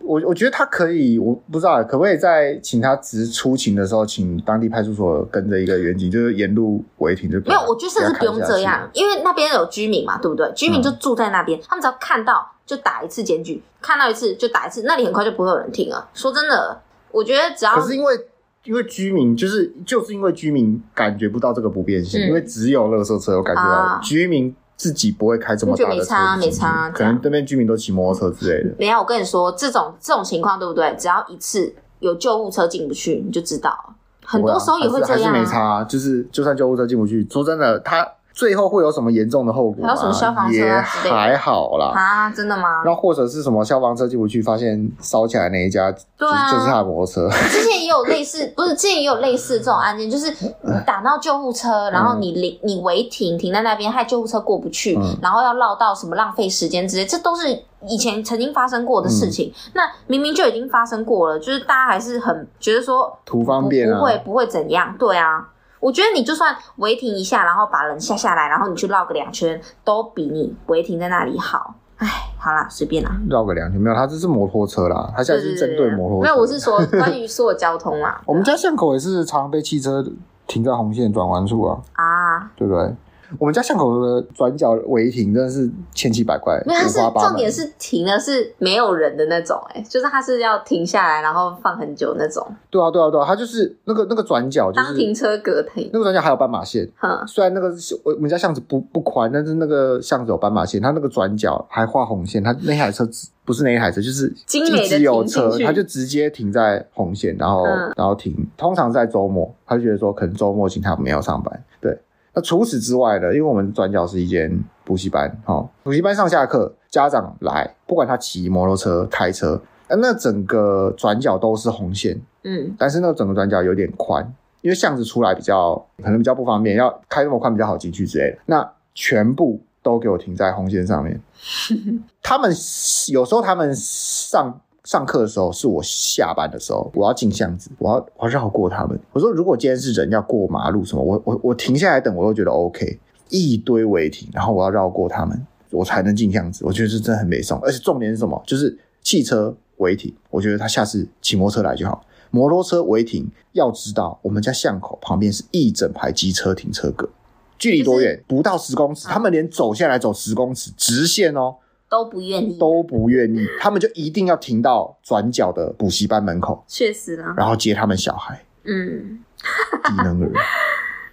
S2: 我我觉得他可以，我不知道可不可以在请他只出勤的时候，请当地派出所跟着一个远景，就是沿路违停就给
S1: 没
S2: 他
S1: 有，我觉得甚至不用
S2: 啊
S1: 这。样，因为那边有居民嘛，对不对？居民就
S2: 嗯
S1: 住在那边，他们只要看到就打一次检举，看到一次就打一次，那里很快就不会有人听了。说真的，我觉得只要
S2: 可是因为因为居民就是就是因为居民感觉不到这个不便性，
S1: 嗯
S2: 因为只有垃圾车有感觉到，
S1: 啊
S2: 居民自己不会开这么大的
S1: 就觉得没
S2: 车
S1: 差啊
S2: 进去
S1: 没差啊
S2: 可能对面居民都骑摩托车之类的。
S1: 没有，我跟你说，这种这种情况对不对？只要一次有救护车进不去，你就知道了。很多时候也会这
S2: 啊还是
S1: 样、
S2: 还是没差、
S1: 啊。
S2: 啊，就是就算救护车进不去，说真的，他最后会有什么严重的后果吗？
S1: 还有什么消防车
S2: 也
S1: 啊之类的
S2: 还好啦。
S1: 啊，真的吗？
S2: 然后或者是什么消防车进不去，发现烧起来那一家，
S1: 对啊
S2: 就是就是他的摩托车。
S1: 之前也有类似，不是之前也有类似这种案件，就是你打到救护车，然后你临你违停停在那边，害救护车过不去，
S2: 嗯
S1: 然后要绕道什么浪费时间之类，这都是以前曾经发生过的
S2: 嗯
S1: 事情。那明明就已经发生过了，就是大家还是很觉得说
S2: 图方便啊
S1: 不不会不会怎样，对啊。我觉得你就算违停一下，然后把人吓下来，然后你去绕个两圈，都比你违停在那里好。哎，好啦，随便啦。
S2: 绕个两圈没有，他这是摩托车啦，他现在是针对摩托车。
S1: 没有，我是说关于所有交通啦
S2: 我们家巷口也是常被汽车停在红线转弯处啊，
S1: 啊。
S2: 对不对？我们家巷口的转角违停真的是千奇百怪，
S1: 没有，它
S2: 五
S1: 是
S2: 花八门。
S1: 重点是停的是没有人的那种、哎，就是它是要停下来，然后放很久那种，
S2: 对啊，对啊，对啊，它就是那个那个转角，就
S1: 当停
S2: 是嗯
S1: 车格停。
S2: 那个转角还有斑马线。
S1: 哼，
S2: 虽然那个是我我们家巷子不不宽，但是那个巷子有斑马线，它那个转角还画红线，它那台车只不是那一台车，就是
S1: 精美的
S2: 一直有车
S1: 停进，去
S2: 它就直接停在红线，然后、
S1: 嗯
S2: 然后停，通常是在周末，他就觉得说可能周末警察没有上班，对。那除此之外呢，因为我们转角是一间补习班，哦，补习班上下课，家长来，不管他骑摩托车、开车，呃那整个转角都是红线，
S1: 嗯，
S2: 但是那个整个转角有点宽，因为巷子出来比较可能比较不方便，要开那么宽比较好进去之类的。那全部都给我停在红线上面。他们有时候他们上上课的时候是我下班的时候，我要进巷子，我要我要绕过他们。我说如果今天是人要过马路什么，我我我停下来等，我都觉得 OK。一堆违停，然后我要绕过他们，我才能进巷子。我觉得这真的很没送。而且重点是什么？就是汽车违停，我觉得他下次骑摩托车来就好。摩托车违停，要知道我们家巷口旁边是一整排机车停车格，距离多远？不到十公尺，
S1: 啊
S2: 他们连走下来走十公尺直线哦
S1: 都不愿意，
S2: 都不愿意，他们就一定要停到转角的补习班门口，
S1: 确实啦，
S2: 然后接他们小孩，
S1: 嗯
S2: 低能儿。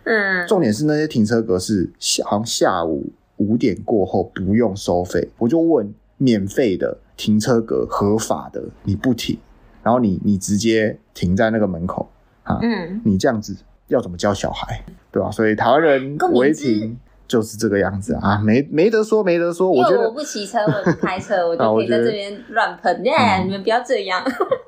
S1: 嗯，
S2: 重点是那些停车格是下好像下午五点过后不用收费，我就问免费的停车格合法的你不停，然后你你直接停在那个门口，
S1: 嗯，
S2: 你这样子要怎么教小孩，对吧、所以台湾人
S1: 更
S2: 违
S1: 明智
S2: 停就是这个样子啊，没没得说，没得说，
S1: 因
S2: 我觉
S1: 为
S2: 得
S1: 我不骑车，我也不开车，我就
S2: 我
S1: 可以在
S2: 觉得
S1: 这边乱喷，哎、
S2: 嗯
S1: 你们不要这样。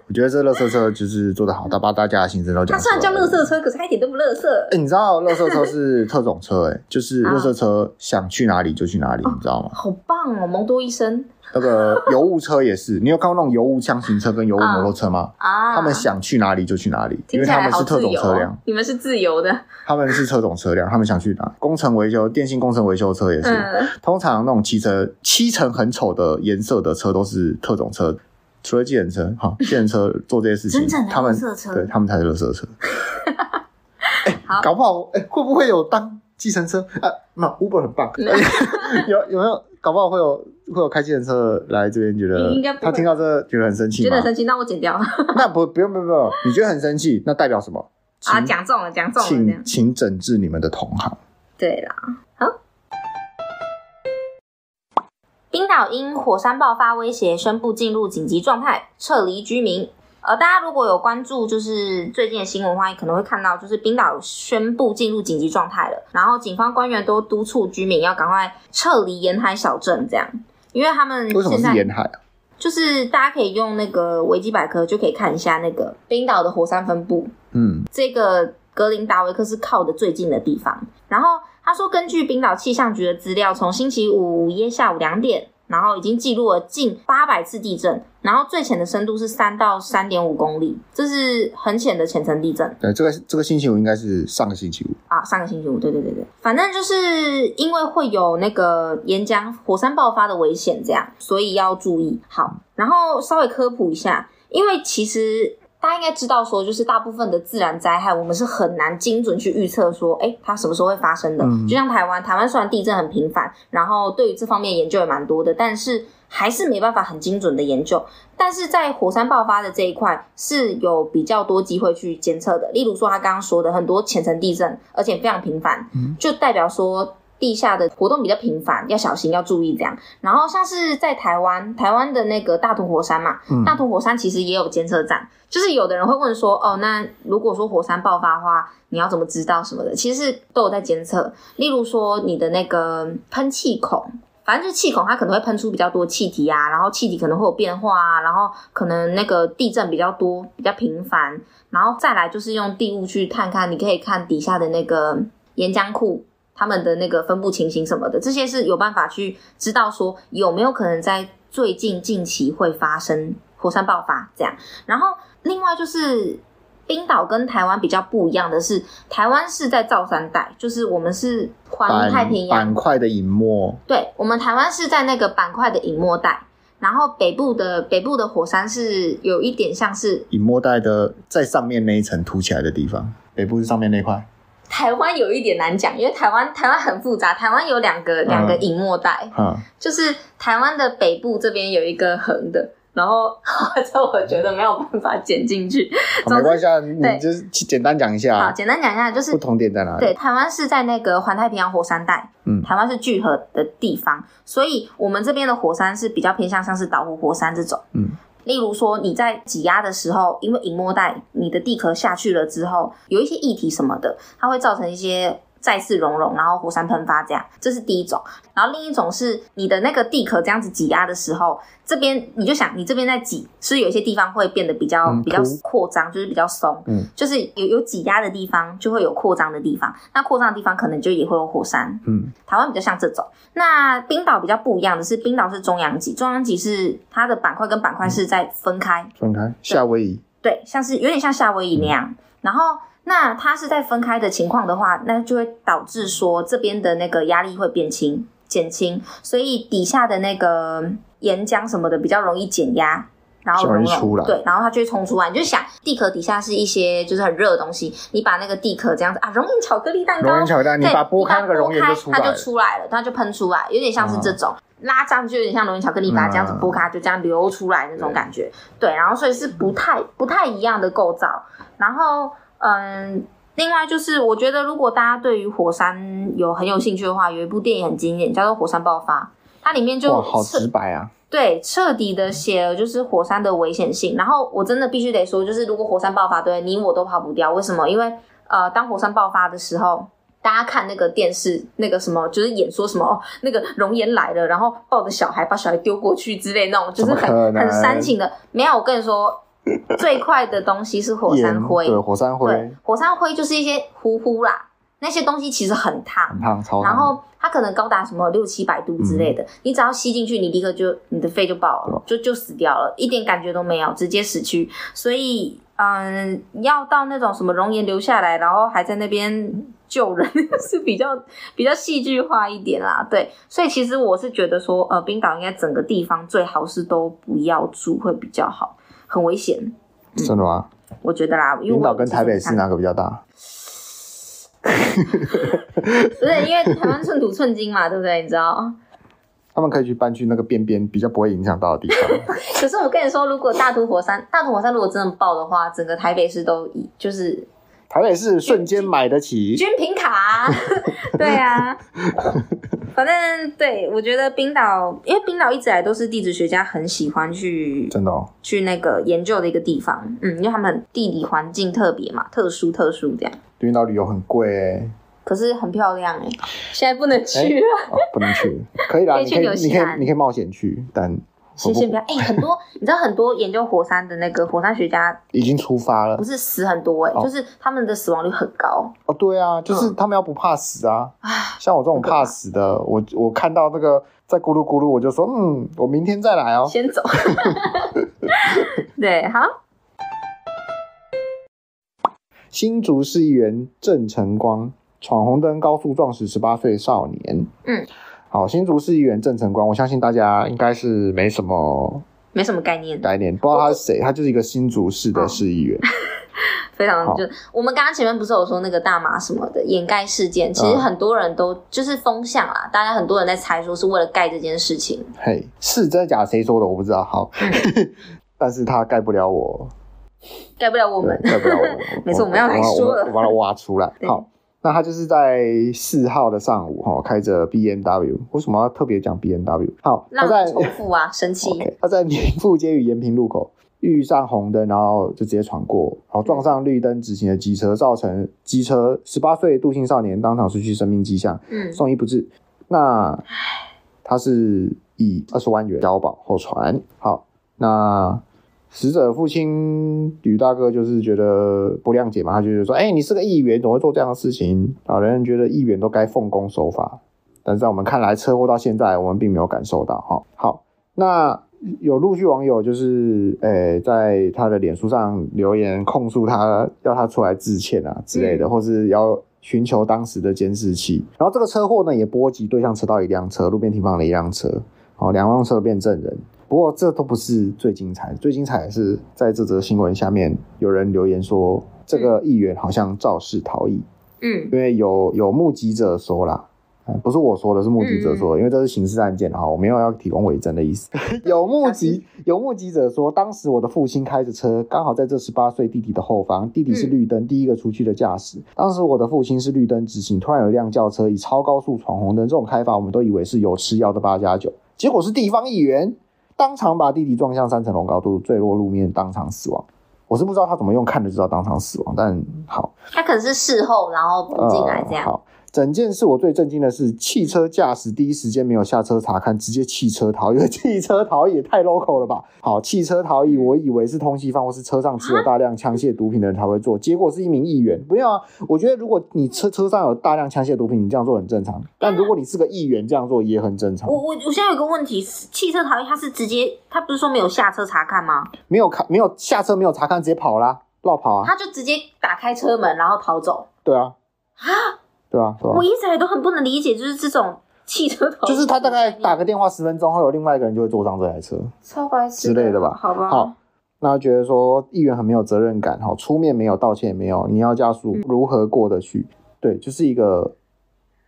S2: 我觉得这垃圾车就是做的好，他把大家的心声都
S1: 它
S2: 讲出
S1: 虽
S2: 来
S1: 然叫
S2: 了。
S1: 垃圾车，可是它一点都不垃圾。
S2: 哎、你知道垃圾车是特种车、哎，就是
S1: 啊哦
S2: 垃圾车想去哪里就去哪里，你知道吗？
S1: 好棒哦，蒙多医生
S2: 那个油物车也是，你有看过那种油物箱型车跟油物摩托车吗？
S1: 啊！
S2: 他们想去哪里就去哪里，因
S1: 听
S2: 为
S1: 起
S2: 他
S1: 来
S2: 们
S1: 好
S2: 是特
S1: 自
S2: 种
S1: 由
S2: 车
S1: 哦
S2: 辆，，
S1: 你们是自由的，
S2: 他们是特种车辆，他们想去哪？工程维修、电信工程维修车也是，
S1: 嗯，
S2: 通常那种汽车漆成很丑的颜色的车都是特种车，除了计程车， 哈，计程车做这些事情
S1: 真正，的
S2: 他们
S1: 垃圾车
S2: 对他们才是垃 圾车。
S1: 好
S2: 搞不好哎、会不会有当计程车啊？那 Uber 很 棒，有有没有？搞不好会有会有开计程车来这边，觉得
S1: 应该不会
S2: 他听到这觉得很生气
S1: 觉得
S2: 吗
S1: 很？生气，那我剪掉啊！
S2: 那不不用不用不用，你觉得很生气，那代表什么？请
S1: 讲中了，讲中啊了，这样
S2: 请请整治你们的同行。
S1: 对啦。好，冰岛因火山爆发威胁，宣布进入紧急状态，撤离居民。呃，大家如果有关注，就是最近的新闻的话，可能会看到，就是冰岛宣布进入紧急状态了，然后警方官员都督促居民要赶快撤离沿海小镇，这样，因为他们
S2: 为什么
S1: 现在
S2: 是沿海啊？
S1: 就是大家可以用那个维基百科就可以看一下那个冰岛的火山分布，
S2: 嗯，
S1: 这个格林达维克是靠的最近的地方。然后他说，根据冰岛气象局的资料，从星期五午夜下午两点，然后已经记录了近八百次地震，然后最浅的深度是三到三点五公里，这是很浅的浅层地震。
S2: 对，这个这个星期五应该是上个星期五。
S1: 啊，上个星期五，对对对对，反正就是因为会有那个岩浆火山爆发的危险，这样，所以要注意。好，然后稍微科普一下，因为其实大家应该知道说，就是大部分的自然灾害，我们是很难精准去预测说，哎，它什么时候会发生的。
S2: 嗯
S1: 就像台湾，台湾虽然地震很频繁，然后对于这方面研究也蛮多的，但是还是没办法很精准的研究。但是在火山爆发的这一块是有比较多机会去监测的，例如说他刚刚说的很多浅层地震，而且非常频繁，
S2: 嗯
S1: 就代表说地下的活动比较频繁，要小心要注意这样。然后像是在台湾，台湾的那个大屯火山嘛，
S2: 嗯
S1: 大屯火山其实也有监测站，就是有的人会问说，哦，那如果说火山爆发的话，你要怎么知道什么的？其实都有在监测，例如说你的那个喷气孔。反正就是气孔，它可能会喷出比较多气体啊，然后气体可能会有变化啊，然后可能那个地震比较多、比较频繁，然后再来就是用地物去探看，你可以看底下的那个岩浆库它们的那个分布情形什么的，这些是有办法去知道说有没有可能在最近近期会发生火山爆发这样。然后另外就是冰岛跟台湾比较不一样的是，台湾是在造山带，就是我们是环
S2: 板
S1: 太平洋
S2: 板块的隐没，
S1: 对，我们台湾是在那个板块的隐没带，然后北部的北部的火山是有一点像是
S2: 隐没带的在上面那一层凸起来的地方，北部是上面那块。
S1: 台湾有一点难讲，因为台湾台湾很复杂，台湾有两个
S2: 嗯
S1: 两个隐没带，
S2: 哈、
S1: 就是台湾的北部这边有一个横的，然后 这我觉得没有办法剪进去。
S2: 好没关系啊，你
S1: 对
S2: 就是简单讲一
S1: 好，
S2: 下
S1: 简单讲一下，就是
S2: 啊不同点在哪里。
S1: 对，台湾是在那个环太平洋火山带，
S2: 嗯
S1: 台湾是聚合的地方，所以我们这边的火山是比较偏向像是岛湖火山这种，
S2: 嗯。
S1: 例如说，你在挤压的时候，因为隐没带你的地壳下去了之后，有一些液体什么的，它会造成一些再次熔融，然后火山喷发这样，这是第一种。然后另一种是你的那个地壳这样子挤压的时候，这边你就想你这边在挤，是有些地方会变得比较
S2: 嗯
S1: 比较
S2: 凸
S1: 扩张，就是比较松，
S2: 嗯，
S1: 就是有有挤压的地方就会有扩张的地方，那扩张的地方可能就也会有火山。
S2: 嗯，
S1: 台湾比较像这种，那冰岛比较不一样的是，冰岛是中央脊，中央脊是它的板块跟板块是在分开，
S2: 分开夏威夷，
S1: 对，像是有点像夏威夷那
S2: 嗯
S1: 样。然后，那它是在分开的情况的话，那就会导致说这边的那个压力会变轻、减轻，所以底下的那个岩浆什么的比较容易减压。然后
S2: 较
S1: 融
S2: 容易出
S1: 融，
S2: 来
S1: 对，然后它就会冲出来。你就想，地壳底下是一些就是很热的东西，你把那个地壳这样子啊，熔岩巧克力蛋糕，
S2: 熔岩巧克力蛋
S1: 对
S2: 啊你把它剥开那个熔岩
S1: 它剥
S2: 就出
S1: 开
S2: 来
S1: 它
S2: 了嗯
S1: 就出来了，它就喷出来，有点像是这种、拉上去，有点像熔岩巧克力，把它这样子剥开，就这样流出来那种感觉。对，然后所以是不太不太一样的构造。然后，嗯，另外就是我觉得，如果大家对于火山有很有兴趣的话，有一部电影很经典，叫做《火山爆发》，它里面就
S2: 哇，好
S1: 彻
S2: 直白啊！
S1: 对彻底的写了就是火山的危险性。然后我真的必须得说，就是如果火山爆发，对你我都跑不掉。为什么？因为呃，当火山爆发的时候。大家看那个电视，那个什么，就是演说什么哦，那个熔岩来了，然后抱着小孩把小孩丢过去之类那种，就是
S2: 怎么可
S1: 很
S2: 能
S1: 很煽情的。没有，我跟你说，最快的东西是火山
S2: 盐
S1: 灰，
S2: 对，火山
S1: 对
S2: 灰，
S1: 火山灰就是一些糊糊啦，那些东西其实很烫
S2: 很，烫，超烫。
S1: 然后它可能高达什么六七百度之类的，你只要吸进去，你立刻就你的肺就爆
S2: 嗯对
S1: 了
S2: 吧，
S1: 就就死掉了，一点感觉都没有，直接死去。所以，嗯，要到那种什么熔岩流下来，然后还在那边救人， 是比较比较戏剧化一点啦。对，所以其实我是觉得说，呃，冰岛应该整个地方最好是都不要住会比较好，很危险，
S2: 真的吗？
S1: 我觉得嗯啦。因为我
S2: 冰岛跟台北
S1: 之前看
S2: 市哪个比较大？
S1: 不是因为台湾寸土寸金嘛，对不对？你知道？
S2: 他们可以去搬去那个边边比较不会影响到的地 方。
S1: 可是我跟你说，如果大肚火山，大肚火山如果真的爆的话，整个台北市都以就是
S2: 台北市瞬间买得起，
S1: 军品卡、 对啊，反正对我觉得冰岛，因为冰岛一直以来都是地质学家很喜欢去
S2: 真的哦。
S1: 去那个研究的一个地方，嗯，因为他们地理环境特别嘛，特殊特殊这样。
S2: 冰岛旅游很贵欸
S1: 可是很漂亮哎、现在不能去啊了。
S2: 哦，不能 去，可以啦，
S1: 可以
S2: 你
S1: 去
S2: 可以
S1: 纽，西
S2: 你可
S1: 兰
S2: 以，你可以冒险去，但
S1: 先先不要，哎、很多你知道很多研究火山的那个火山学家
S2: 已经出发
S1: 不
S2: 了。
S1: 是死很多哎、
S2: 哦
S1: 就是他们的死亡率很高。
S2: 哦，对
S1: 嗯
S2: 啊，就是他们要不怕死啊。像我这种怕死的，我我看到那个在咕噜咕噜，我就说，嗯，我明天再来哦。
S1: 先走。 对，好，
S2: 新竹市议员郑成光闯红灯高速撞死十八岁少年。
S1: 嗯，
S2: 好，新竹市议员郑成光，我相信大家应该是没什么
S1: 没什么概念，
S2: 概念，不知道他是谁，他就是一个新竹市
S1: 嗯
S2: 的市议员。
S1: 非常
S2: 好
S1: 就我们刚刚前面不是有说那个大麻什么的掩盖事件，其实
S2: 嗯
S1: 很多人都、就是风向啦，大家很多人在猜说是为了盖这件事情，
S2: 嘿，是真的假的？谁说的？我不知道。好， 但是他盖不了我，
S1: 盖不了我们
S2: 对，盖 不了我。
S1: 每次我们要来说了
S2: 我把它挖出来。
S1: 对
S2: 好，那他就是在四号的上午，哈，开着 B M W。为什么要特别讲 B M W？好，
S1: 让
S2: 他
S1: 我
S2: 在哦
S1: 们 重复啊，生气
S2: OK，他在民富街与延平路口遇上红灯，然后就直接闯过，然后撞上绿灯直行的机车，造成机车十八岁杜姓少年当场失去生命迹象，
S1: 嗯，
S2: 送医不治。那他是以二十万元交保候传。好，那死者父亲吕大哥就是觉得不谅解嘛，他就觉得说：“哎、你是个议员，怎么会做这样的事情？”老人觉得议员都该奉公守法，但是在我们看来，车祸到现在我们并没有感受到。哈，好，那。有陆续网友就是，呃、在他的脸书上留言控诉他，要他出来致歉啊之类的，或是要寻求当时的监视器。然后这个车祸呢，也波及对向车道一辆车，路边停放了一辆车，哦，两辆车变证人。不过这都不是最精彩，最精彩的是在这则新闻下面有人留言说，这个议员好像肇事逃逸，
S1: 嗯
S2: 因为有有目击者说啦。呃不是我说的，是目击者说的，因为这是刑事案件哈，我没有要提供伪证的意思。有目击有目击者说，当时我的父亲开着车，刚好在这十八岁弟弟的后方，弟弟是绿灯，第一个出去的驾驶。当时我的父亲是绿灯直行，突然有一辆轿车以超高速闯红灯，这种开法我们都以为是有吃药的八加九，结果是地方议员当场把弟弟撞向三层楼高度，坠落路面，当场死亡。我是不知道他怎么用看的知道当场死亡，但好，
S1: 他可能是事后然后补进来这
S2: 呃
S1: 样，
S2: 好，整件事我最震惊的是，汽车驾驶第一时间没有下车查看，直接汽车逃逸。因为汽车逃逸也太 local 了吧？好，汽车逃
S1: 嗯
S2: 逸，我以为是通缉犯或是车上持有大量枪械毒品的人才会做，结果是一名议员。不用啊，我觉得如果你车车上有大量枪械毒品，你这样做很正常。但如果你是个议员，这样做也很正常
S1: 我。我我现在有个问题，汽车逃逸他是直接，他不是说没有下车查看吗？
S2: 没有看，没有下车，没有查看，直接跑啦，绕跑啊，
S1: 他就直接打开车门然后逃走
S2: 对啊，
S1: 啊！
S2: 对啊，对啊
S1: 我。一直以来都很不能理解，就是这种汽车逃逸
S2: 就是他大概打个电话十分钟后，有另外一个人就会坐上这台车。
S1: 超白痴
S2: 之类的吧
S1: 好吧，
S2: 好，那觉得说议员很没有责任感，好，出面没有，道歉也没有，你要家
S1: 嗯
S2: 属如何过得去？对，就是一个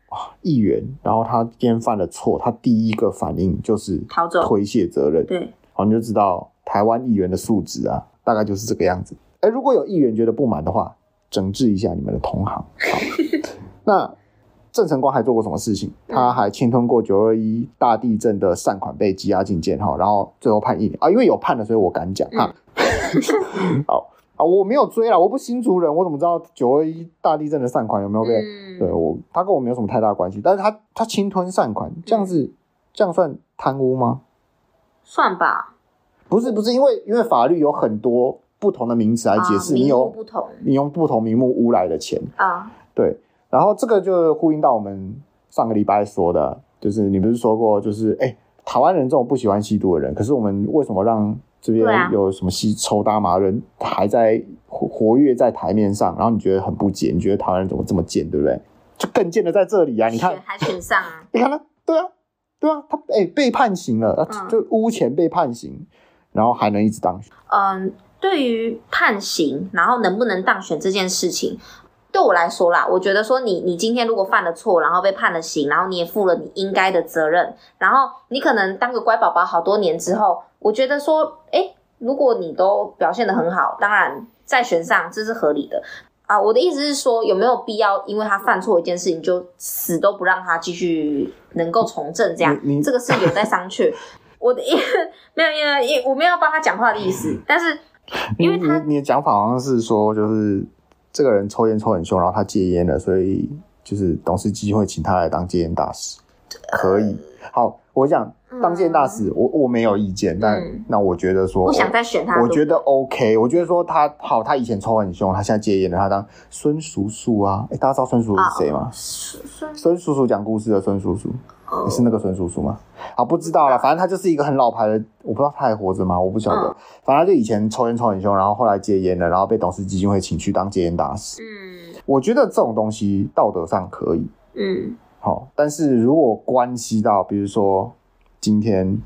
S2: 啊议员，然后他今天犯了错，他第一个反应就是
S1: 逃走
S2: 推卸责任。
S1: 对，
S2: 好，你就知道台湾议员的素质啊，大概就是这个样子。哎，如果有议员觉得不满的话，整治一下你们的同行。好，那郑成光还做过什么事情？他还侵吞过九二一大地震的善款被羁押禁见哈，然后最后判一年啊，因为有判了，所以我敢讲哈。 好啊，我没有追啦，我不新竹人，我怎么知道九二一大地震的善款有没有被？
S1: 嗯
S2: 对我，他跟我没有什么太大关系，但是他他侵吞善款，这样子、这样算贪污吗？
S1: 算吧，
S2: 不是不是，因为因为法律有很多不同的名词来解
S1: 啊
S2: 释，你
S1: 名目
S2: 有
S1: 不同
S2: 你用不同名目污来的钱，
S1: 啊，
S2: 对。然后这个就呼应到我们上个礼拜说的，就是你不是说过，就是哎、台湾人这种不喜欢吸毒的人，可是我们为什么让这边
S1: 对啊
S2: 有什么吸抽大麻的人还在活活跃在台面上？然后你觉得很不解，你觉得台湾人怎么这么贱，对不对？就更贱的在这里啊！你看
S1: 选，还选上啊，
S2: 你看他，对啊，对啊，他哎、被判刑了，啊
S1: 嗯
S2: 就污钱被判刑，然后还能一直当选。
S1: 嗯，对于判刑然后能不能当选这件事情。对我来说啦，我觉得说你你今天如果犯了错，然后被判了刑，然后你也负了你应该的责任，然后你可能当个乖宝宝好多年之后，我觉得说，哎，如果你都表现的很好，当然再选上这是合理的啊。我的意思是说，有没有必要因为他犯错一件事情就死都不让他继续能够从政这样
S2: 你你？
S1: 这个是有待商榷。我的没有，因为因为我没有要帮他讲话的意 思，但是因为
S2: 你
S1: 他
S2: 你你的讲法好像是说，就是这个人抽烟抽很凶，然后他戒烟了，所以就是董事基金会请他来当戒烟大使，可以。好，我讲当戒烟大使，我我没有意见，但、
S1: 嗯
S2: 那我觉得说，
S1: 不想再选他。
S2: 我觉得 OK，我觉得说他好，他以前抽很凶，他现在戒烟了，他当孙叔叔啊，哎，大家知道孙叔叔是谁
S1: 哦
S2: 吗？
S1: 是
S2: 孙叔叔讲故事的孙叔叔，
S1: 哦
S2: 你是那个孙叔叔吗？啊，不知道啦，反正他就是一个很老牌的，我不知道他还活着吗？我不晓得。
S1: 嗯
S2: 反正他就以前抽烟抽很凶，然后后来戒烟了，然后被董事基金会请去当戒烟大使。
S1: 嗯
S2: 我觉得这种东西道德上可以，
S1: 嗯，
S2: 好、但是如果关系到，比如说今天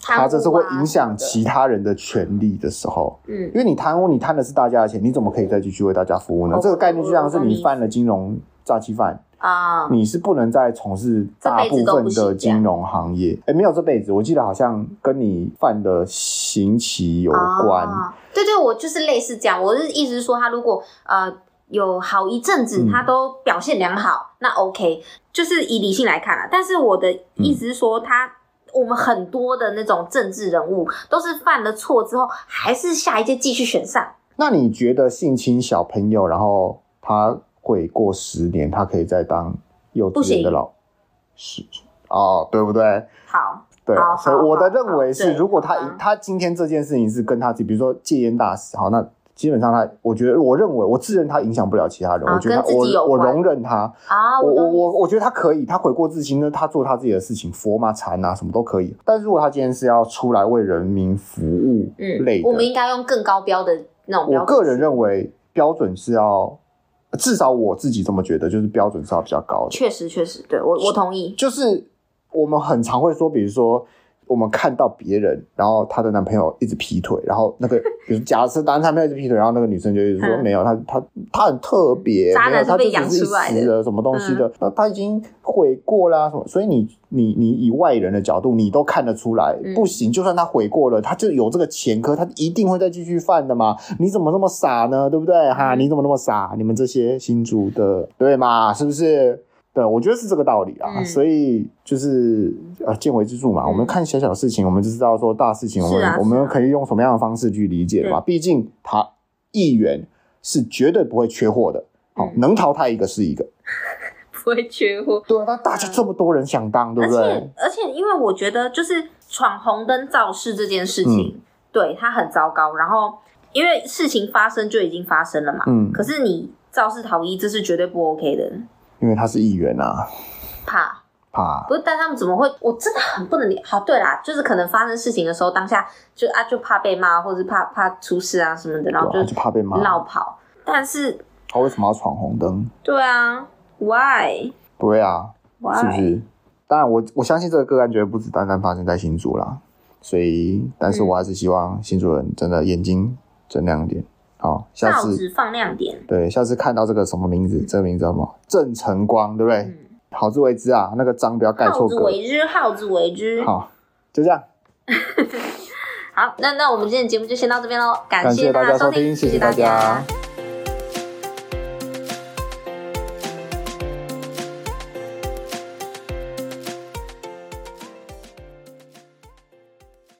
S1: 贪污
S2: 他
S1: 啊
S2: 这是会影响
S1: 什么
S2: 其他人的权利的时候，
S1: 的嗯
S2: 因为你贪污，你贪的是大家的钱，你怎么可以再继续为大家服务呢？
S1: 哦
S2: 这个概念就像是
S1: 我懂你意
S2: 你
S1: 思
S2: 犯了金融诈欺犯，
S1: 啊，
S2: 你是不能再从事大部
S1: 这辈子都
S2: 分
S1: 不
S2: 的
S1: 行这样
S2: 金融行业。哎，没有这辈子，我记得好像跟你犯的刑期有关。
S1: 啊。对对，我就是类似这样。我是意思是说，他如果呃有好一阵子
S2: 嗯
S1: 他都表现良好，那 OK，就是以理性来看啦。但是我的
S2: 嗯
S1: 意思是说，他。我们很多的那种政治人物都是犯了错之后，还是下一届继续选上。
S2: 那你觉得性侵小朋友，然后他会过十年，他可以再当幼稚园的老师？哦，对不对？
S1: 好，
S2: 对
S1: 好，
S2: 所以
S1: 好
S2: 我的
S1: 好
S2: 认为
S1: 好
S2: 是，
S1: 对
S2: 如果他
S1: 好
S2: 他今天这件事情是跟他自己，比如说戒烟大使，好，那基本上他，我觉得我认为我自认他影响不了其他人，
S1: 啊
S2: 我觉得他
S1: 跟自己有
S2: 我我
S1: 关
S2: 容忍他，
S1: 啊，
S2: 我我
S1: 懂
S2: 我我觉得他可以，他悔过自新，那他做他自己的事情，佛嘛禅啊什么都可以。但如果他今天是要出来为人民服务
S1: 嗯
S2: 类的，
S1: 我们应该用更高标的那种标
S2: 我
S1: 准。
S2: 个人认为标准是要，至少我自己这么觉得，就是标准是要比较高的。
S1: 确实确实，对我我同意。
S2: 就是我们很常会说，比如说我们看到别人，然后她的男朋友一直劈腿，然后那个，比如假设男男朋友一直劈腿，然后那个女生就一直说
S1: 嗯
S2: 没有，他他他很特别，
S1: 渣男
S2: 没有
S1: 是
S2: 他
S1: 被
S2: 就
S1: 养
S2: 只是一
S1: 出来的
S2: 时的什么东西的，那他已经悔过啦、什么，所以你你你以外人的角度，你都看得出来，
S1: 嗯
S2: 不行，就算他悔过了，他就有这个前科，他一定会再继续犯的嘛，你怎么那么傻呢？对不对？哈，
S1: 嗯
S2: 你怎么那么傻？你们这些新竹的，对嘛？是不是？对，我觉得是这个道理啊。
S1: 嗯
S2: 所以就是呃，见微知著嘛。
S1: 嗯
S2: 我们看小小事情，我们就知道说大事情，我们、
S1: 是啊
S2: 我
S1: 是
S2: 们
S1: 啊
S2: 可以用什么样的方式去理解的嘛。毕竟他议员是绝对不会缺货的，好、
S1: 嗯
S2: 能淘汰一个是一个。
S1: 不会缺货。
S2: 对啊，那大家这么多人想当，
S1: 嗯
S2: 对
S1: 而
S2: 不对
S1: 且？而且，因为我觉得就是闯红灯肇事这件事情，
S2: 嗯
S1: 对它很糟糕。然后，因为事情发生就已经发生了嘛，
S2: 嗯，
S1: 可是你肇事逃逸，这是绝对不 OK 的。
S2: 因为他是议员啊，
S1: 怕
S2: 怕
S1: 不是，但他们怎么会？我真的很不能理。好，对啦，就是可能发生事情的时候，当下就啊，就怕被骂，或者是怕怕出事啊什么的，然后
S2: 对啊，
S1: 就
S2: 就怕被骂。
S1: 绕跑。但是，
S2: 他为什么要闯红灯？
S1: 对啊，why
S2: 对啊，
S1: why？
S2: 是不是？当然我，我相信这个个案绝对不只单单发生在新竹啦，所以，但是
S1: 嗯
S2: 我还是希望新竹人真的眼睛睁亮一点。好，下
S1: 报
S2: 次
S1: 纸放亮点。
S2: 对，下次看到这个什么名字，这个名字叫什么？郑晨光，对不对？
S1: 嗯，
S2: 好自为之啊，那个章不要盖
S1: 耗
S2: 错
S1: 子
S2: 格。
S1: 为之，耗子为之。
S2: 好，就这样，
S1: 好，那那我们今天的节目就先到这边喽，感
S2: 感谢
S1: 谢
S2: 大家
S1: 收
S2: 收听，
S1: 谢
S2: 谢大
S1: 大家。
S2: 家。